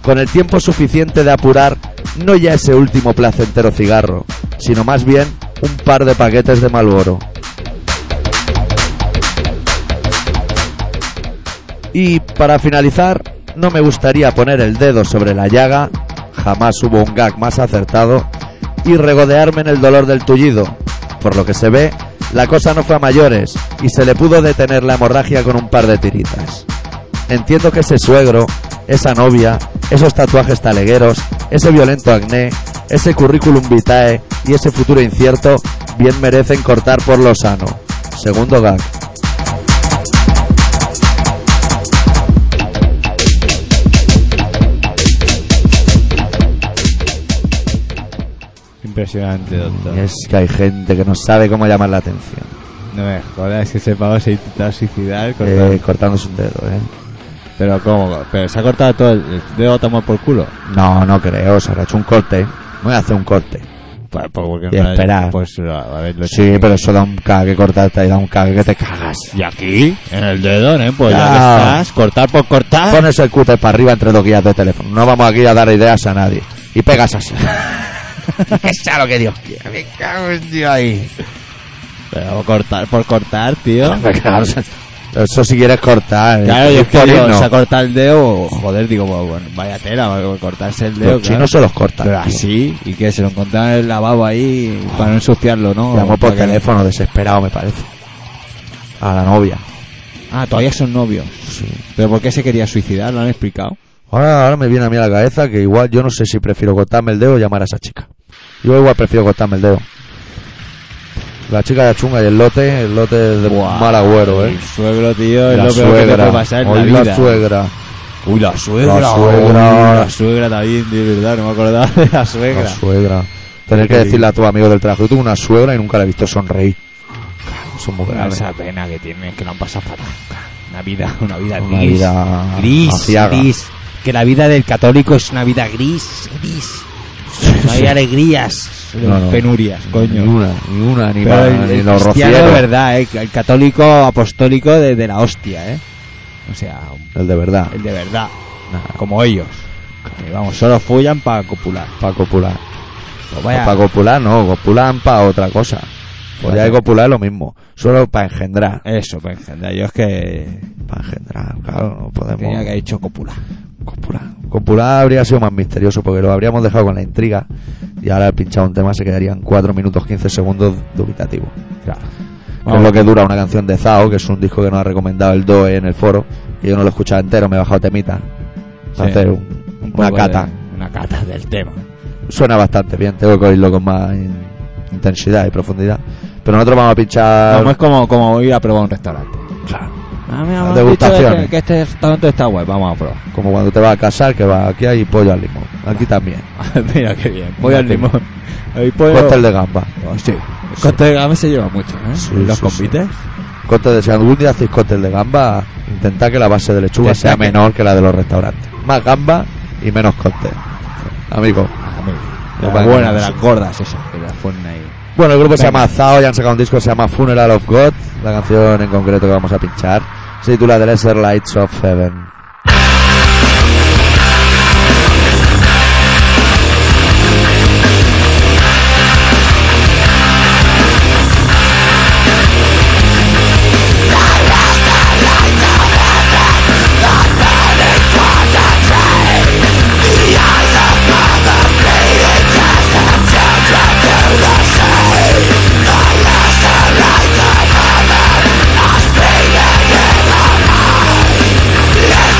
con el tiempo suficiente de apurar no ya ese último placentero cigarro, sino más bien un par de paquetes de Malboro. Y para finalizar, no me gustaría poner el dedo sobre la llaga, jamás hubo un gag más acertado, y regodearme en el dolor del tullido. Por lo que se ve, la cosa no fue a mayores y se le pudo detener la hemorragia con un par de tiritas. Entiendo que ese suegro, esa novia, esos tatuajes talegueros, ese violento acné, ese currículum vitae y ese futuro incierto bien merecen cortar por lo sano. Segundo gag.
Impresionante, doctor.
Es que hay gente que no sabe cómo llamar la atención.
No me jodas, que ese pavo se ha intentado suicidar. cortando-
Eh, cortándose un dedo, ¿eh?
Pero cómo, pero se ha cortado todo el, el dedo tomado por culo.
No, no creo, se habrá hecho un corte. Voy a hacer un corte.
Pa- pa- porque
Y esperar.
Pues lo- haberlo hecho.
Sí, pero eso da un cague cortarte y da un cague que te cagas.
Y aquí, en el dedo, ¿eh? Pues ya
Claro.
que estás, cortar por cortar.
Pones el cúter para arriba entre dos guías de teléfono. No vamos aquí a dar ideas a nadie. Y pegas así. es lo que Dios quiera. Me cago en Dios ahí.
Pero cortar por cortar, tío.
Me cago en- Eso si quieres cortar.
Claro,
eh,
yo es que digo,
no.
se ha cortado el dedo, joder, digo, bueno, vaya tela, cortarse el dedo.
Los
claro.
chinos se los cortan.
Pero
tío.
así, y que se lo encontraron en el lavabo ahí para no ensuciarlo, ¿no?
Llamó por
Para que-
teléfono desesperado, me parece. A la novia.
Ah, todavía son novios.
Sí.
¿Pero por qué se quería suicidar? ¿Lo han explicado?
Ahora, ahora me viene a mí a la cabeza que igual yo no sé si prefiero cortarme el dedo o llamar a esa chica. Yo igual prefiero cortarme el dedo. La chica de la chunga y el lote, el lote de
Buah,
mal agüero, eh.
El suegro, tío, es
la
lo peor que te
suegra,
puede pasar en la
hoy la,
vida.
suegra.
Uy, la suegra.
La
uy,
suegra.
la suegra también, de verdad, no me acordaba de la suegra.
La suegra. Tener que decirle a tus amigos del trabajo, yo tuve una suegra y nunca la he visto sonreír. Claro, Eso es muy
Claro,
grave.
esa pena que tiene, que lo han pasado fatal. Una vida, una vida
Una
gris.
vida
gris,
aciaga.
gris. Que la vida del católico es una vida gris, gris. No hay alegrías,
No, no.
penurias, coño.
Ni una, ni una, ni,
Pero
para-
el,
ni
el
los
cristiano
rocieros.
de verdad, eh, el católico apostólico de, de la hostia, ¿eh? O sea,
El de verdad.
el de verdad,
Nada,
como ellos. Que, vamos, solo follan para copular.
para copular.
Pues vaya,
Para copular no, copulan para otra cosa. Follar y copular es lo mismo. Solo para engendrar.
eso, para engendrar. Yo es que
Para engendrar, claro, no podemos.
tenía que haber dicho copular.
Copular. Copular habría sido más misterioso porque lo habríamos dejado con la intriga y ahora al pinchar un tema se quedarían 4 minutos 15 segundos dubitativos.
Claro.
Que es lo que dura una canción de Zao, que es un disco que nos ha recomendado el DOE en el foro, que yo no lo he escuchado entero, me he bajado temita.
Sí.
Para hacer un-
Un
una
poco
cata.
de- una cata del tema.
Suena bastante bien, tengo que oírlo con más in- intensidad y profundidad. Pero nosotros vamos a pinchar...
Vamos, es como, como ir a probar un restaurante.
Claro.
Ah, mira,
Las
me han dicho
degustaciones.
Que, que este restaurante está guay, vamos a probar.
Como cuando te vas a casar, que va, aquí hay pollo al limón. Aquí también.
mira qué bien, pollo al limón. Ahí pollo.
Cóctel de gamba.
Oh, sí. El cóctel de gama se lleva mucho, ¿eh?
Sí,
¿Los
sí,
convites?
Cóctel de... Si algún día hacéis cóctel de gamba, intentad que la base de lechuga sea
Exacto.
menor que la de los restaurantes. Más gamba y menos cóctel. Amigo.
Ah, mira.
Lo
La
pagan
buena,
con
de las
eso.
gordas esas, que las ponen ahí.
Bueno, el grupo se
Venga.
llama Zao y han sacado un disco que se llama Funeral of God. La canción en concreto que vamos a pinchar se titula The Lesser Lights of Heaven.
Let's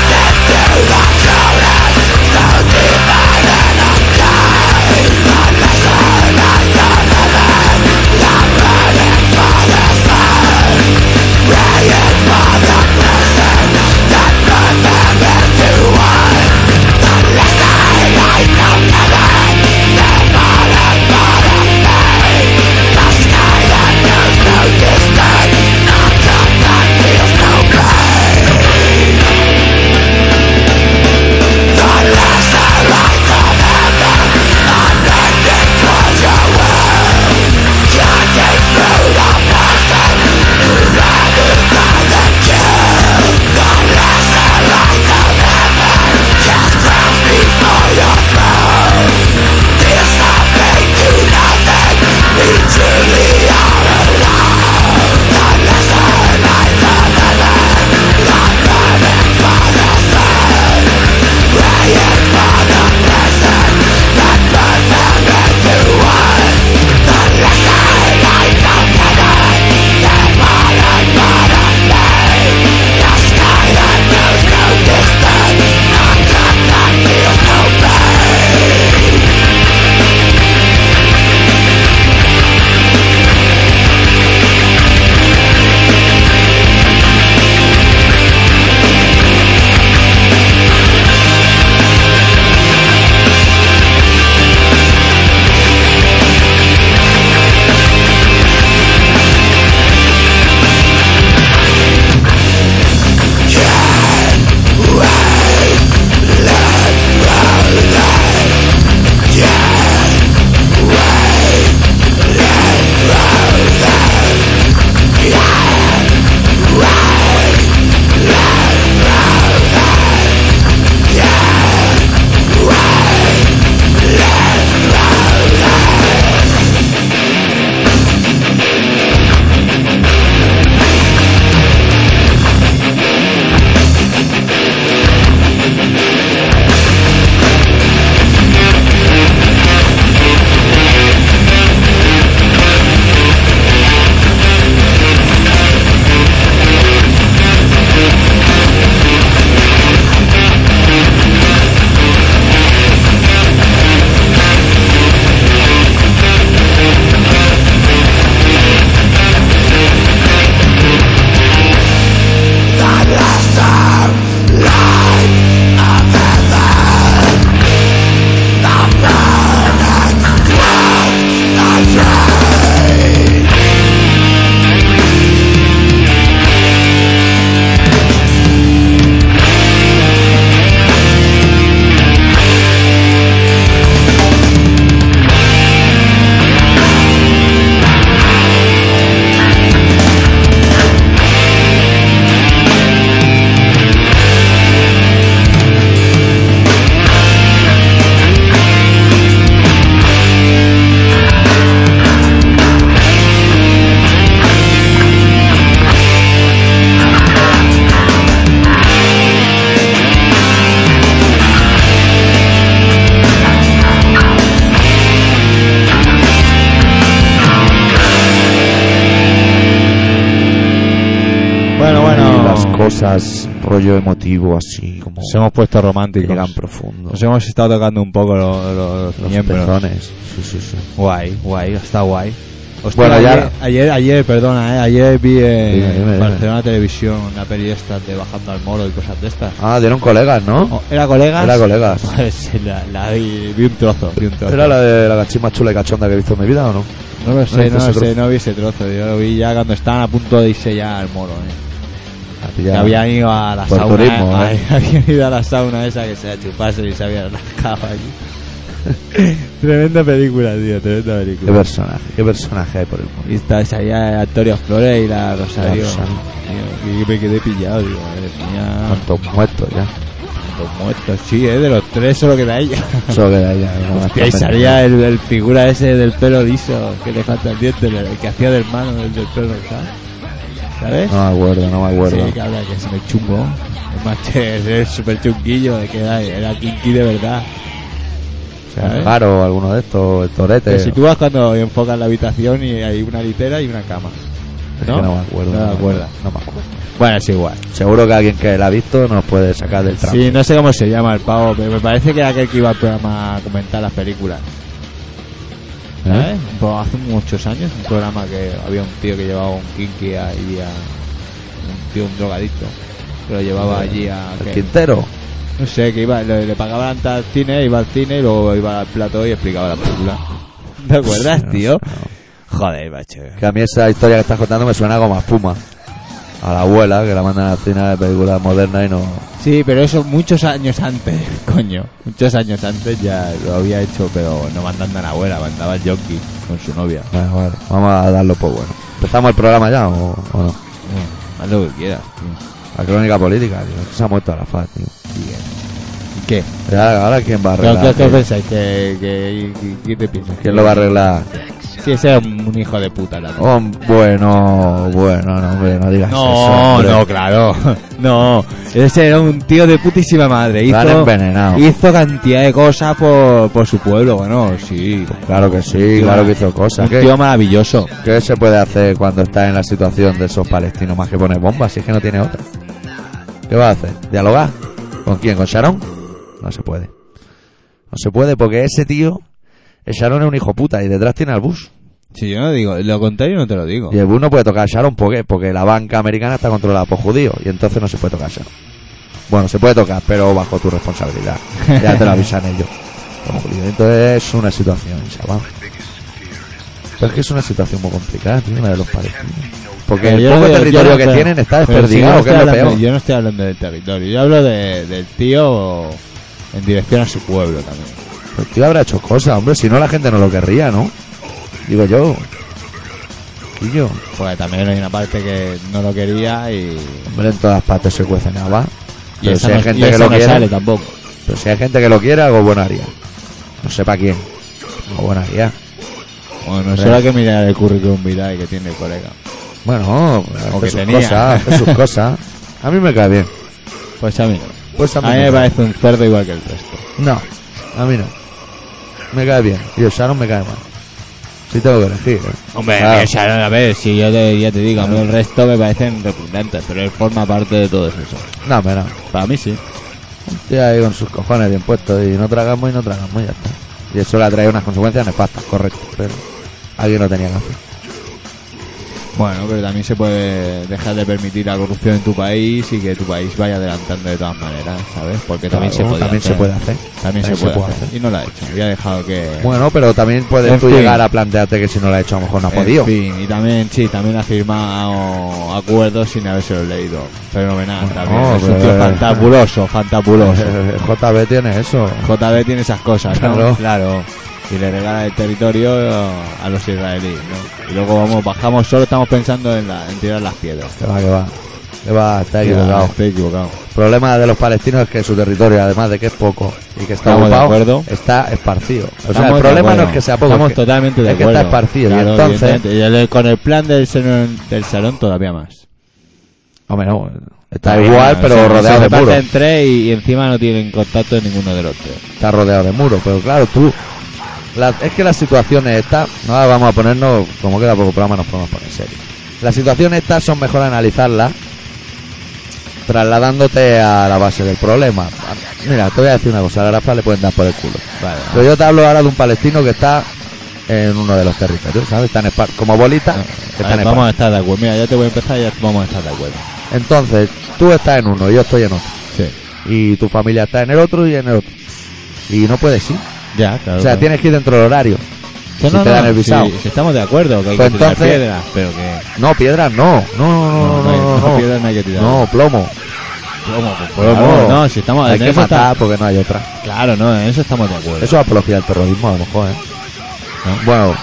cosas rollo emotivo así como
Nos hemos puesto
que llegan
románticos.
profundo.
Nos hemos estado tocando un poco lo- lo- los,
los
miembros.
pezones. Sí, sí, sí.
Guay, guay, está guay. Hostia,
Bueno, ya-
ayer, ayer, ayer, perdona, ¿eh? ayer vi en
Dime, dime, dime.
Barcelona Televisión una peli de estas de Bajando al Moro y cosas de estas.
Ah, dieron colegas, ¿no?
Oh, ¿Era colegas?
Era colegas.
Pues la, la vi, vi un trozo, vi un trozo.
¿Era la de la gachima chula y cachonda que he visto en mi vida o no?
No lo sé, no
Era
lo
ese
sé,
trozo.
no vi ese trozo. Yo lo vi ya cuando estaban a punto de irse ya al Moro, ¿eh?
Aquí
Que
ya-
habían ido a la
Por
sauna.
turismo, ¿eh?
Habían ido a la sauna esa que se chupase y se habían rascado allí. tremenda película, tío, tremenda película.
Qué personaje, qué personaje hay por el mundo.
Y está esa ya Antonio Flores y la Rosario.
La Rosario.
Tío, que me quedé pillado, digo, madre mía.
Cuántos muertos ya.
Los muertos, sí, eh, de los tres solo queda ella.
Eso queda ya. no más
Hostia, y
tormento.
salía ¿eh? el, el figura ese del pelo liso, que le falta el diente, el, el que hacía del mano, el del pelo, ¿sabes? ¿Sabes?
No me acuerdo, no me acuerdo.
Sí, que habla que es el chungo. El macho es el super chunguillo, que era, era kinky de verdad.
O sea, el Jaro o alguno de estos, el Torete.
Te sitúas cuando enfocas la habitación y hay una litera y una cama.
Es que
¿No?
no me acuerdo.
No me acuerdo.
No me acuerdo.
Bueno, es igual.
Seguro que alguien que la ha visto nos puede sacar del ¿eh? tramo.
Sí, no sé cómo se llama el pavo, pero me parece que era aquel que iba al programa a comentar las películas. ¿Sabes? Pues hace muchos años, un programa que había un tío que llevaba un kinky a, y a un tío, un drogadicto, que lo llevaba allí ¿Eh? a.
El
que-
Quintero.
no sé, que iba, le, le pagaban al cine, iba al cine y luego iba al plato y explicaba la película. ¿Te acuerdas,
No
tío?
sé, no.
Joder, macho.
Que a mí esa historia que estás contando me suena como a espuma. A la abuela, que la mandan al cine de películas modernas y no...
Sí, pero eso muchos años antes, coño. Muchos años antes ya lo había hecho, pero no mandando a la abuela, mandaba al Yonki con su novia.
Bueno, bueno, vamos a darlo por bueno. ¿Empezamos el programa ya o, o no? Mm,
Haz lo que quieras,
La crónica política, tío. Se ha muerto la faz, tío.
¿Qué?
Y Ahora, ahora quién va a
¿Qué,
arreglar.
qué
tío?
pensáis? ¿Qué, qué, qué, qué te piensas?
¿Quién lo va a arreglar?
Sí, ese es un hijo de puta, la verdad.
Oh, bueno, bueno, no, hombre, no digas Ah, eso.
No,
hombre.
no, claro. No, ese era un tío de putísima madre.
Lo han
Hizo,
envenenado.
hizo cantidad de cosas por, por su pueblo, bueno, sí.
Claro que sí,
Tío,
claro que hizo cosas.
Un
¿Qué,
tío maravilloso.
qué se puede hacer cuando estás en la situación de esos palestinos más que poner bombas? Si es que no tiene otra. ¿Qué vas a hacer? ¿Dialogar? ¿Con quién? ¿Con Sharon? No se puede. No se puede porque ese tío, el Sharon es un hijo puta y detrás tiene al Bush.
Si yo no digo, lo contrario no te lo digo.
Y el Bush no puede tocar a Sharon ¿por qué? porque la banca americana está controlada por judíos y entonces no se puede tocar a Sharon. Bueno, se puede tocar, pero bajo tu responsabilidad. Ya te lo avisan ellos. Los judíos. Entonces es una situación, chaval. Pero es que es una situación muy complicada, tío, la de los palestinos. Porque
Pero
el
yo
poco
no digo- yo
territorio
no-
que
pero-
tienen está
pero si yo
desperdigado,
no estoy
que es lo
hablando-
peor.
Yo no estoy hablando del territorio, yo hablo de- del tío en dirección a su pueblo también.
El tío habrá hecho cosas, hombre, si no la gente no lo querría, ¿no? Digo yo. Quillo.
Porque Pues también hay una parte que no lo quería y,
Hombre, en todas partes se cuecen habas.
y
Pero
esa
si hay
no, y
gente que
esa
lo
no
quiere.
sale tampoco.
Pero si hay gente que lo quiera, algo bueno haría. No sé para quién. Algo bueno haría.
Bueno,
Hombre.
solo hay que mirar el currículum vitae que tiene el colega.
Bueno, hace
que
sus
tenía.
cosas, hace sus cosas. A mí me cae bien.
Pues a mí no.
Pues a mí,
A mí me
no.
parece un cerdo igual que el resto.
No, a mí no. Me cae bien. Y el Sharon me cae mal. Si tengo que elegir. ¿eh?
Hombre,
Claro.
o sea, no, a ver, si yo te, ya te digo, a mí el resto me parecen repugnantes, pero él forma parte de todo eso.
No, hombre, no.
Para mí sí.
Estoy ahí con sus cojones bien puestos. Y no tragamos y no tragamos, ya está. Y eso le ha traído unas consecuencias nefastas, correcto. Pero alguien lo tenía que hacer.
Bueno, pero también se puede dejar de permitir la corrupción en tu país y que tu país vaya adelantando de todas maneras, ¿sabes? Porque también,
Claro,
se, podía
también
hacer.
se puede hacer.
También, se, puede hacer. Y no lo ha hecho. Y ha dejado que...
Bueno, pero también puedes
En
tú
fin.
llegar a plantearte que si no lo ha hecho, a lo mejor no ha
En
podido.
fin, y también, sí, también ha firmado acuerdos sin habérselo leído. Fenomenal,
Bueno,
también. es un
pero-
tío fantabuloso, fantabuloso.
Eh, JB tiene eso.
JB tiene esas cosas, ¿no?
Claro.
Y le regala el territorio a los israelíes, ¿no? Y luego vamos, bajamos solo, estamos pensando en, la, en tirar las piedras.
Que va, que va. Que va, está equivocado.
Estoy equivocado.
El problema de los palestinos es que su territorio, además de que es poco y que está
Estamos de
ocupado,
acuerdo.
está esparcido. O sea,
Estamos
el
de
problema
acuerdo.
no es que sea poco.
Estamos
es que-
totalmente de
es que está
acuerdo.
esparcido, y
Claro,
entonces-
evidentemente. Y el- con el plan del salón, del salón todavía más.
Hombre, no, está
Todavía
igual,
más.
pero
O sea,
rodeado
se
de
reparten
muros.
tres y, y encima no tienen contacto de ninguno de los tres.
Está rodeado de muros, pero claro, tú. la- es que las situaciones estas. No ahora vamos a ponernos. Como queda poco programa, nos podemos poner serio. Las situaciones estas son mejor analizarlas trasladándote a la base del problema. Mira, te voy a decir una cosa, a la Rafa le pueden dar por el culo.
Vale,
Pero yo te hablo ahora de un palestino que está en uno de los territorios, ¿sabes? Está en Espa- como bolita, que está en
vale,
Espa-
Ah, vamos a estar de acuerdo. Mira, ya te voy a empezar y ya vamos a estar de acuerdo.
Entonces, tú estás en uno, yo estoy en otro.
Sí.
Y tu familia está en el otro y en el otro. Y no puedes ir.
Ya, claro.
O sea,
claro.
tienes que ir dentro del horario.
Que
si te dan el visado.
si- si estamos de acuerdo que hay
Pues
que tirar
entonces-
piedras, pero que...
No, piedras no. No, no, no,
hay-
no, no. No,
piedras no hay que tirar.
No, plomo.
Plomo, pues, plomo.
Claro.
No, si estamos...
Hay
en
que
eso está-
matar porque no hay otra.
Claro, no, en eso estamos de acuerdo.
Eso es apología del terrorismo, a lo mejor, ¿eh?
¿No?
Bueno,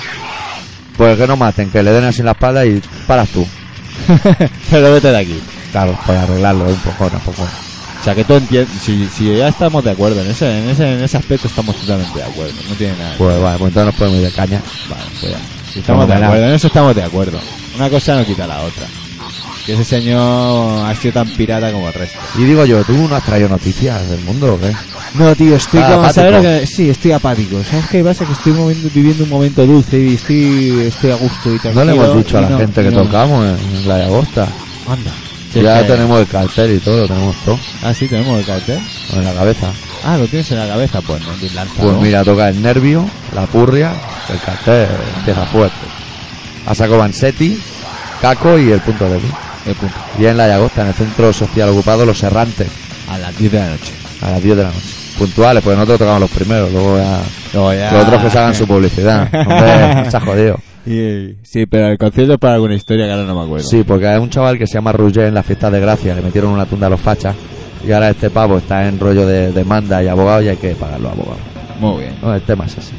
pues que no maten, que le den así en la espalda y paras tú.
pero vete de aquí.
Claro, para arreglarlo un poco, Pues, tampoco.
O sea, que tú entiendes... Si, si ya estamos de acuerdo, en ese, en, ese, en ese aspecto estamos totalmente de acuerdo. No tiene nada.
Pues vale, pues entonces nos podemos ir de caña.
Vale, pues ya. Si estamos de
Fenomenal.
acuerdo, en eso estamos de acuerdo. Una cosa no quita la otra. Que ese señor ha sido tan pirata como el resto.
Y digo yo, ¿tú no has traído noticias del mundo o qué?
No, tío, estoy
Está
como-
apático.
¿sabes lo que- Sí, estoy apático. ¿Sabes qué pasa? Que estoy moviendo- viviendo un momento dulce y estoy, estoy a gusto y
No
tranquilo.
le hemos dicho a
y
la
no-
gente que
y no-
tocamos en, en la de Agosta.
Anda. Si
Ya
es que-
tenemos el cartel y todo, lo tenemos todo
Ah, sí, tenemos el cartel.
en la cabeza.
Ah, lo tienes en la cabeza, pues no. bien lanzado.
Pues mira, toca el nervio, la purria, el cartel empieza fuerte. A saco Vansetti, Caco y el punto débil.
El punto.
Y en la de Agosta, en el centro social ocupado, los errantes,
A las 10 de la noche.
a las 10 de la noche. Puntuales, pues porque nosotros tocamos los primeros, luego ya...
Luego ya-
Los otros que se hagan su publicidad. Hombre, no está jodido.
Y- Sí, pero el concierto es para alguna historia que ahora no me acuerdo.
Sí, porque hay un chaval que se llama Ruger en la fiesta de Gracia, le metieron una tunda a los fachas y ahora este pavo está en rollo de demanda y abogado y hay que pagar los abogados.
Muy bien.
No, el tema es así.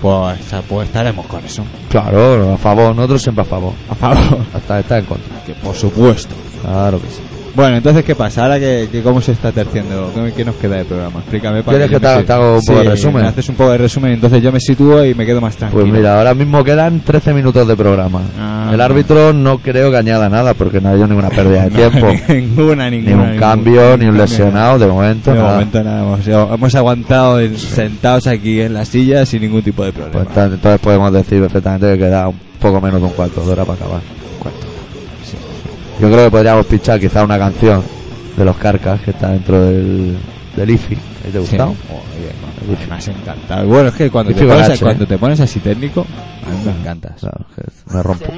Pues, pues estaremos con eso.
Claro, a favor, nosotros siempre a favor.
A favor.
Hasta está en contra.
Que por supuesto.
Claro que sí.
Bueno, entonces, ¿qué pasa? Ahora que, que cómo se está terciando, ¿Qué, qué nos queda de programa? Explícame para
¿Quieres que
yo me
te haga-
sitúe.
te haga un poco de
Sí,
resumen?
me haces un poco de resumen, entonces yo me sitúo y me quedo más tranquilo.
Pues mira, ahora mismo quedan 13 minutos de programa.
Ah.
el árbitro no creo que añada nada porque no ha habido ninguna pérdida de
No,
tiempo.
ninguna, ninguna.
Ni un
ninguna.
cambio, ni un
Ninguna.
lesionado, de momento.
De
nada.
momento nada, hemos, hemos aguantado en- sentados aquí en la silla sin ningún tipo de problema.
Pues ta- entonces podemos decir perfectamente que queda un poco menos de un cuarto de hora para acabar. Sí. Yo creo que podríamos pinchar quizá una canción de los carcas que está dentro del, del IFI. ¿Ahí ¿Te ha
Sí.
gustado?
Joder, macho, me has encantado. Bueno, es que cuando, te
Difícil
pones,
H, ¿eh?
cuando te pones así técnico, a mí me encantas.
Claro, que me rompo.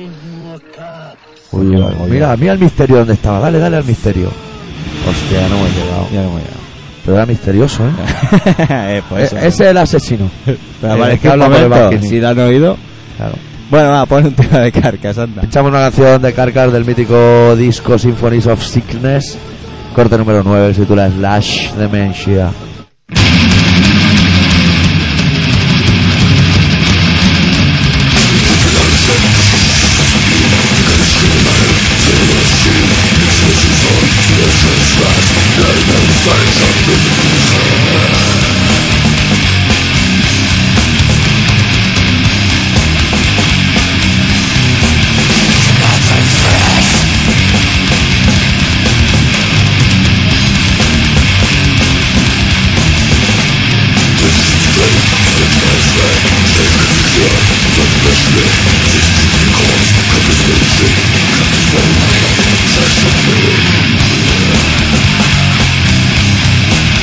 Uy,
Mira,
uy, uy.
mira, mira el misterio donde estaba. Dale, dale al misterio. Hostia, no me he llegado.
Ya no voy
Pero era misterioso, ¿eh?
a... Eh, pues
E-
eso.
ese es el asesino.
Pero
Eh,
vale, que
que
un
habla por el
momento,
balcón.
si la han oído.
Claro.
Bueno, va, pon un tema de carcas, anda.
Pinchamos una canción de Carcar del mítico disco Symphonies of Sickness, corte número 9, se titula Slash Dementia.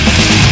Thank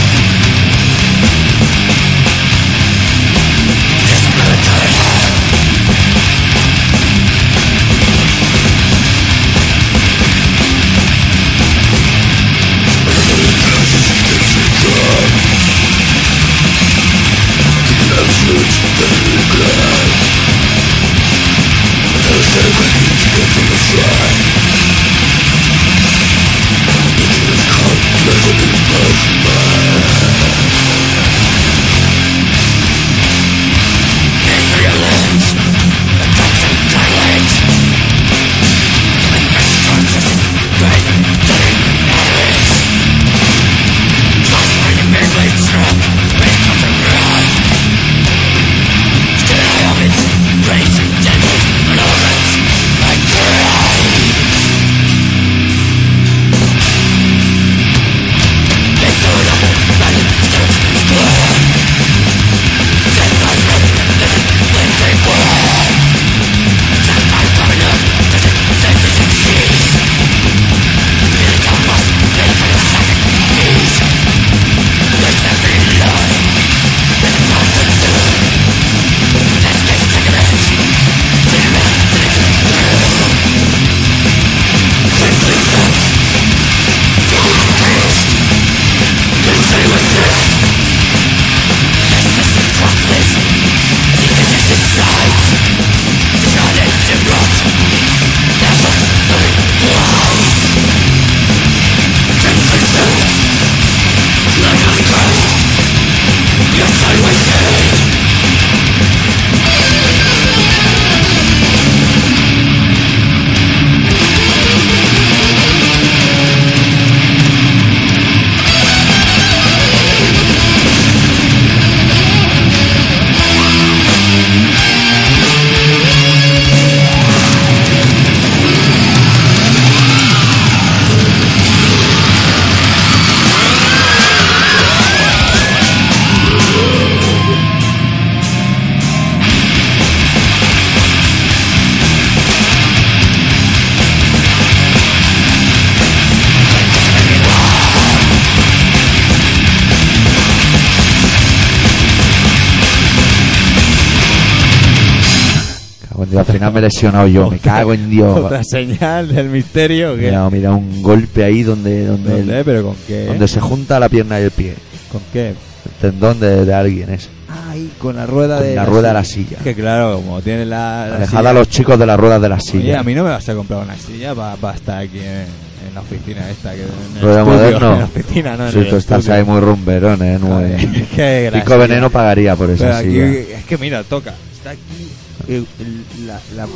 Y al final me he lesionado yo, me cago en Dios.
Otra señal del misterio que.
Mira, mira, un golpe ahí donde donde, el-
¿Dónde? ¿Pero con qué?
donde se junta la pierna y el pie.
¿Con qué?
El tendón de, de alguien es.
Ahí, con la rueda de.
La rueda de la silla.
Que claro, como tiene la. la
Alejad
silla-
a los chicos de las ruedas de la
Oye, a
silla.
mí no me vas a comprar una silla para estar aquí en, en la oficina esta. Que, en el
Rueda
estudio,
moderno.
En la oficina, no. en
Si
el
tú estás
estudio.
ahí muy rumberón, eh. Muy...
Joder, es que la
Pico
silla-
Veneno pagaría por ¿eh?
Pero
esa
aquí,
silla.
es que mira, toca. Está aquí eh, el- la, la-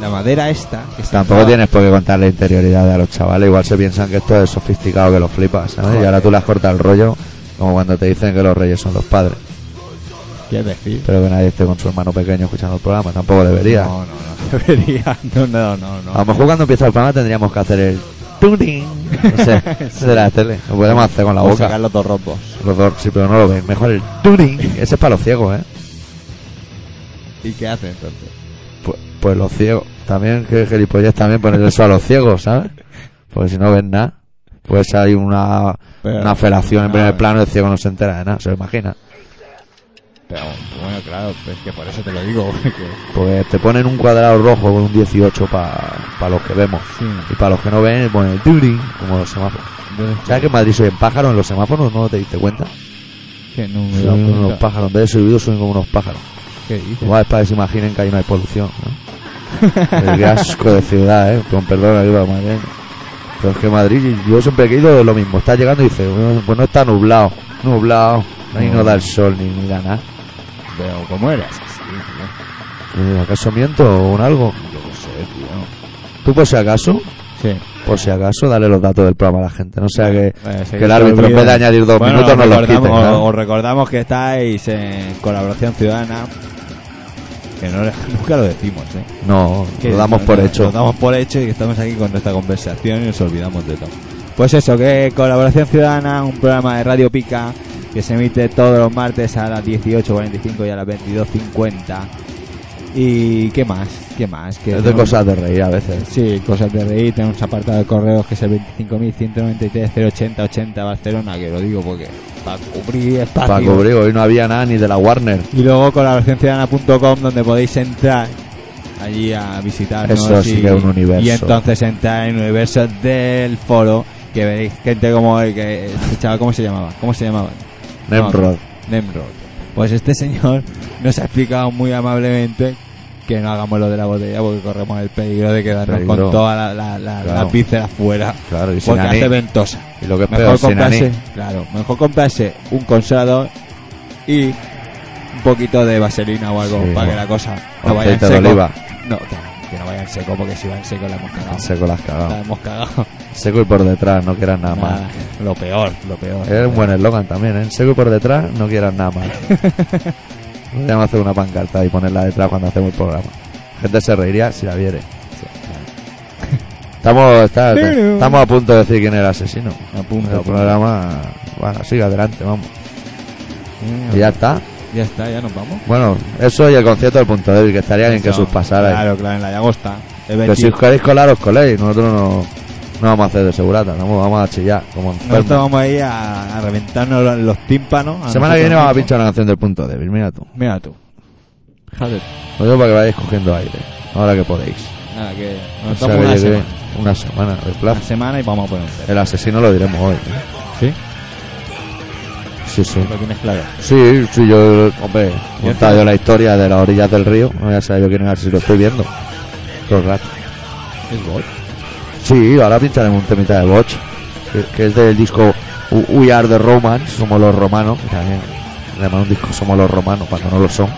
la madera esta. Que se
Tampoco
clava.
tienes por qué contar la interioridad a los chavales. Igual se piensan que esto es sofisticado, que los flipas, ¿sabes? Y
Joder.
ahora tú las cortas el rollo, como cuando te dicen que los reyes son los padres.
¿Qué decir?
Pero que nadie esté con su hermano pequeño escuchando el programa, tampoco debería.
No, no, no. Debería. No, no, no. no.
A lo mejor cuando empieza el programa tendríamos que hacer el tuning. No sé, ese de la tele. Lo podemos hacer con la
O
boca.
sacar los dos rombos.
Los dos, sí, pero no lo ven. Mejor el tuning. Ese es para los ciegos, ¿eh?
¿Y qué hace entonces?
Pues, pues los ciegos. También, que gilipollas, también poner eso a los ciegos, ¿sabes? Porque si no ven nada, pues hay una,
Pero-
una felación en
no,
primer
eh.
plano y el ciego no se entera de nada, se lo imagina.
Pero bueno, claro, es que por eso te lo digo. Porque...
Pues te ponen un cuadrado rojo con un 18 para los que vemos.
Sí.
Y para los que no ven, ponen el tuning, como los semáforos. ¿Sabes que en Madrid soy en pájaro en los semáforos? ¿No te diste cuenta?
¿Qué número?
Suben como unos pájaros. En vez de subidos, suben como unos pájaros.
¿Qué dices?
Igual es para que se imaginen que ahí no hay polución, ¿no? Pero Qué asco de ciudad, ¿eh? Con perdón, ahí va Madrid. Pero es que Madrid, yo siempre he ido lo mismo. Está llegando y dice, "Bueno, pues no está nublado. Nublado. Ahí no da el sol ni, ni da nada.
Pero ¿cómo eres? así, tío?
Y digo, ¿Acaso miento o un algo?
Yo qué sé, tío.
Tú por si acaso,
Sí.
por si acaso, dale los datos del programa a la gente. No sea que...
Bueno, se
Que el
te
árbitro, en
olvida.
vez de añadir dos
Bueno,
minutos, nos los
recordamos-
quiten, ¿no?
Os recordamos que estáis en colaboración ciudadana. Que no, le- nunca lo decimos, ¿eh?
No,
Que
lo damos
no-
por
no-
hecho.
Lo damos por hecho y que estamos aquí con nuestra conversación y nos olvidamos de todo. Pues eso, que Colaboración Ciudadana, un programa de Radio Pica que se emite todos los martes a las 18.45 y a las 22.50. ¿Y qué más? ¿Qué más? Que
Es de
tenemos-
cosas de reír a veces.
Sí, cosas de reír. Tenemos apartado de correos que es el 25.193.080.80 Barcelona, que lo digo porque para cubrir espacio.
Para cubrir, hoy no había nada ni de la Warner.
Y luego colaboracionciudadana.com donde podéis entrar allí a visitarnos.
Eso sí
y,
que es un universo.
Y entonces entrar en el universo del foro que veréis gente como el que... Este chaval, ¿cómo se llamaba? ¿Cómo se llamaba?
Nemrod.
Nemrod. Pues este señor nos ha explicado muy amablemente que no hagamos lo de la botella porque corremos el peligro de quedarnos
Peligro.
con toda la, la, la,
Claro.
la víscera fuera.
Claro, y sin
Porque
aní.
hace ventosa.
Y lo que es
Mejor
peor, sin aní.
comprarse, claro, mejor comprarse un consolador y un poquito de vaselina o algo
Sí,
para que
o-
la cosa
o
no vaya en
aceite de
seco.
oliva.
No, que, que no vaya en seco porque si va en seco la hemos cagado.
Seco las cagado.
La hemos cagado.
Seco y por detrás, no quieras nada
Nada,
más.
lo peor, lo peor.
Es un buen eslogan también, ¿eh? Seco y por detrás, no quieras nada más. Podríamos hacer una pancarta y ponerla detrás cuando hacemos el programa. La gente se reiría si la viere. Estamos, está-
Pero-
estamos a punto de decir quién es el asesino.
A punto,
El
a punto.
programa, bueno, sigue adelante, vamos. Y ya está.
Ya está, ya nos vamos.
Bueno, eso y el concierto del punto débil, que estaría bien que
Eso,
sus pasarais.
Claro, claro, en la Llagosta. El
Que
20.
si os queréis colar, os coléis. Nosotros no, no vamos a hacer de segurata, vamos, vamos a chillar como enfermos.
Nosotros vamos ahí a, a reventarnos los, los tímpanos. a
Semana que viene
nosotros
vamos a
mismos.
pinchar una canción del punto débil, mira tú.
Mira tú. Joder,
Lo digo para que vayáis cogiendo aire, ahora que podéis.
nada, que nos
O sea,
damos
que
una
llegue
semana.
una semana de
Una
plazo.
semana y vamos a poner un tema.
El asesino lo diremos hoy. ¿eh?
¿Sí?
Sí, sí.
Lo tienes claro.
Sí, sí, yo, hombre,
Ya
contaba
está.
yo la historia de las orillas del río. No voy a saber yo quién era, si lo estoy viendo. Todo el rato.
Es gol.
Sí, ahora pincharemos un temita de Botch, que, que es del disco U- We Are the Romans, somos los romanos. que También le llaman un disco Somos los romanos cuando no lo son.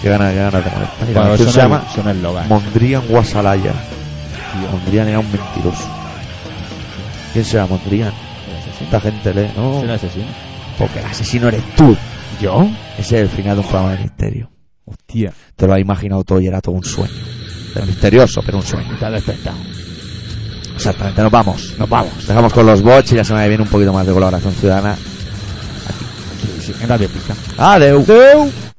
Que gana, que gana tener esta. Y la canción se llama
son eslogan.
Mondrian Guasalaya. Y Mondrian era un mentiroso. ¿Quién será Mondrian? Esta gente lee, ¿no?
¿El asesino?
Porque el asesino eres tú.
¿Yo?
Ese es el final de un programa de misterio.
Hostia.
Te lo has imaginado todo y era todo un sueño. Es misterioso, pero un sueño.
Está despertado.
Exactamente, nos vamos.
Nos vamos.
Dejamos con los bots y la semana que viene un poquito más de colaboración ciudadana. Ah,
Sí, sí, en Radio Pica.
Adeu.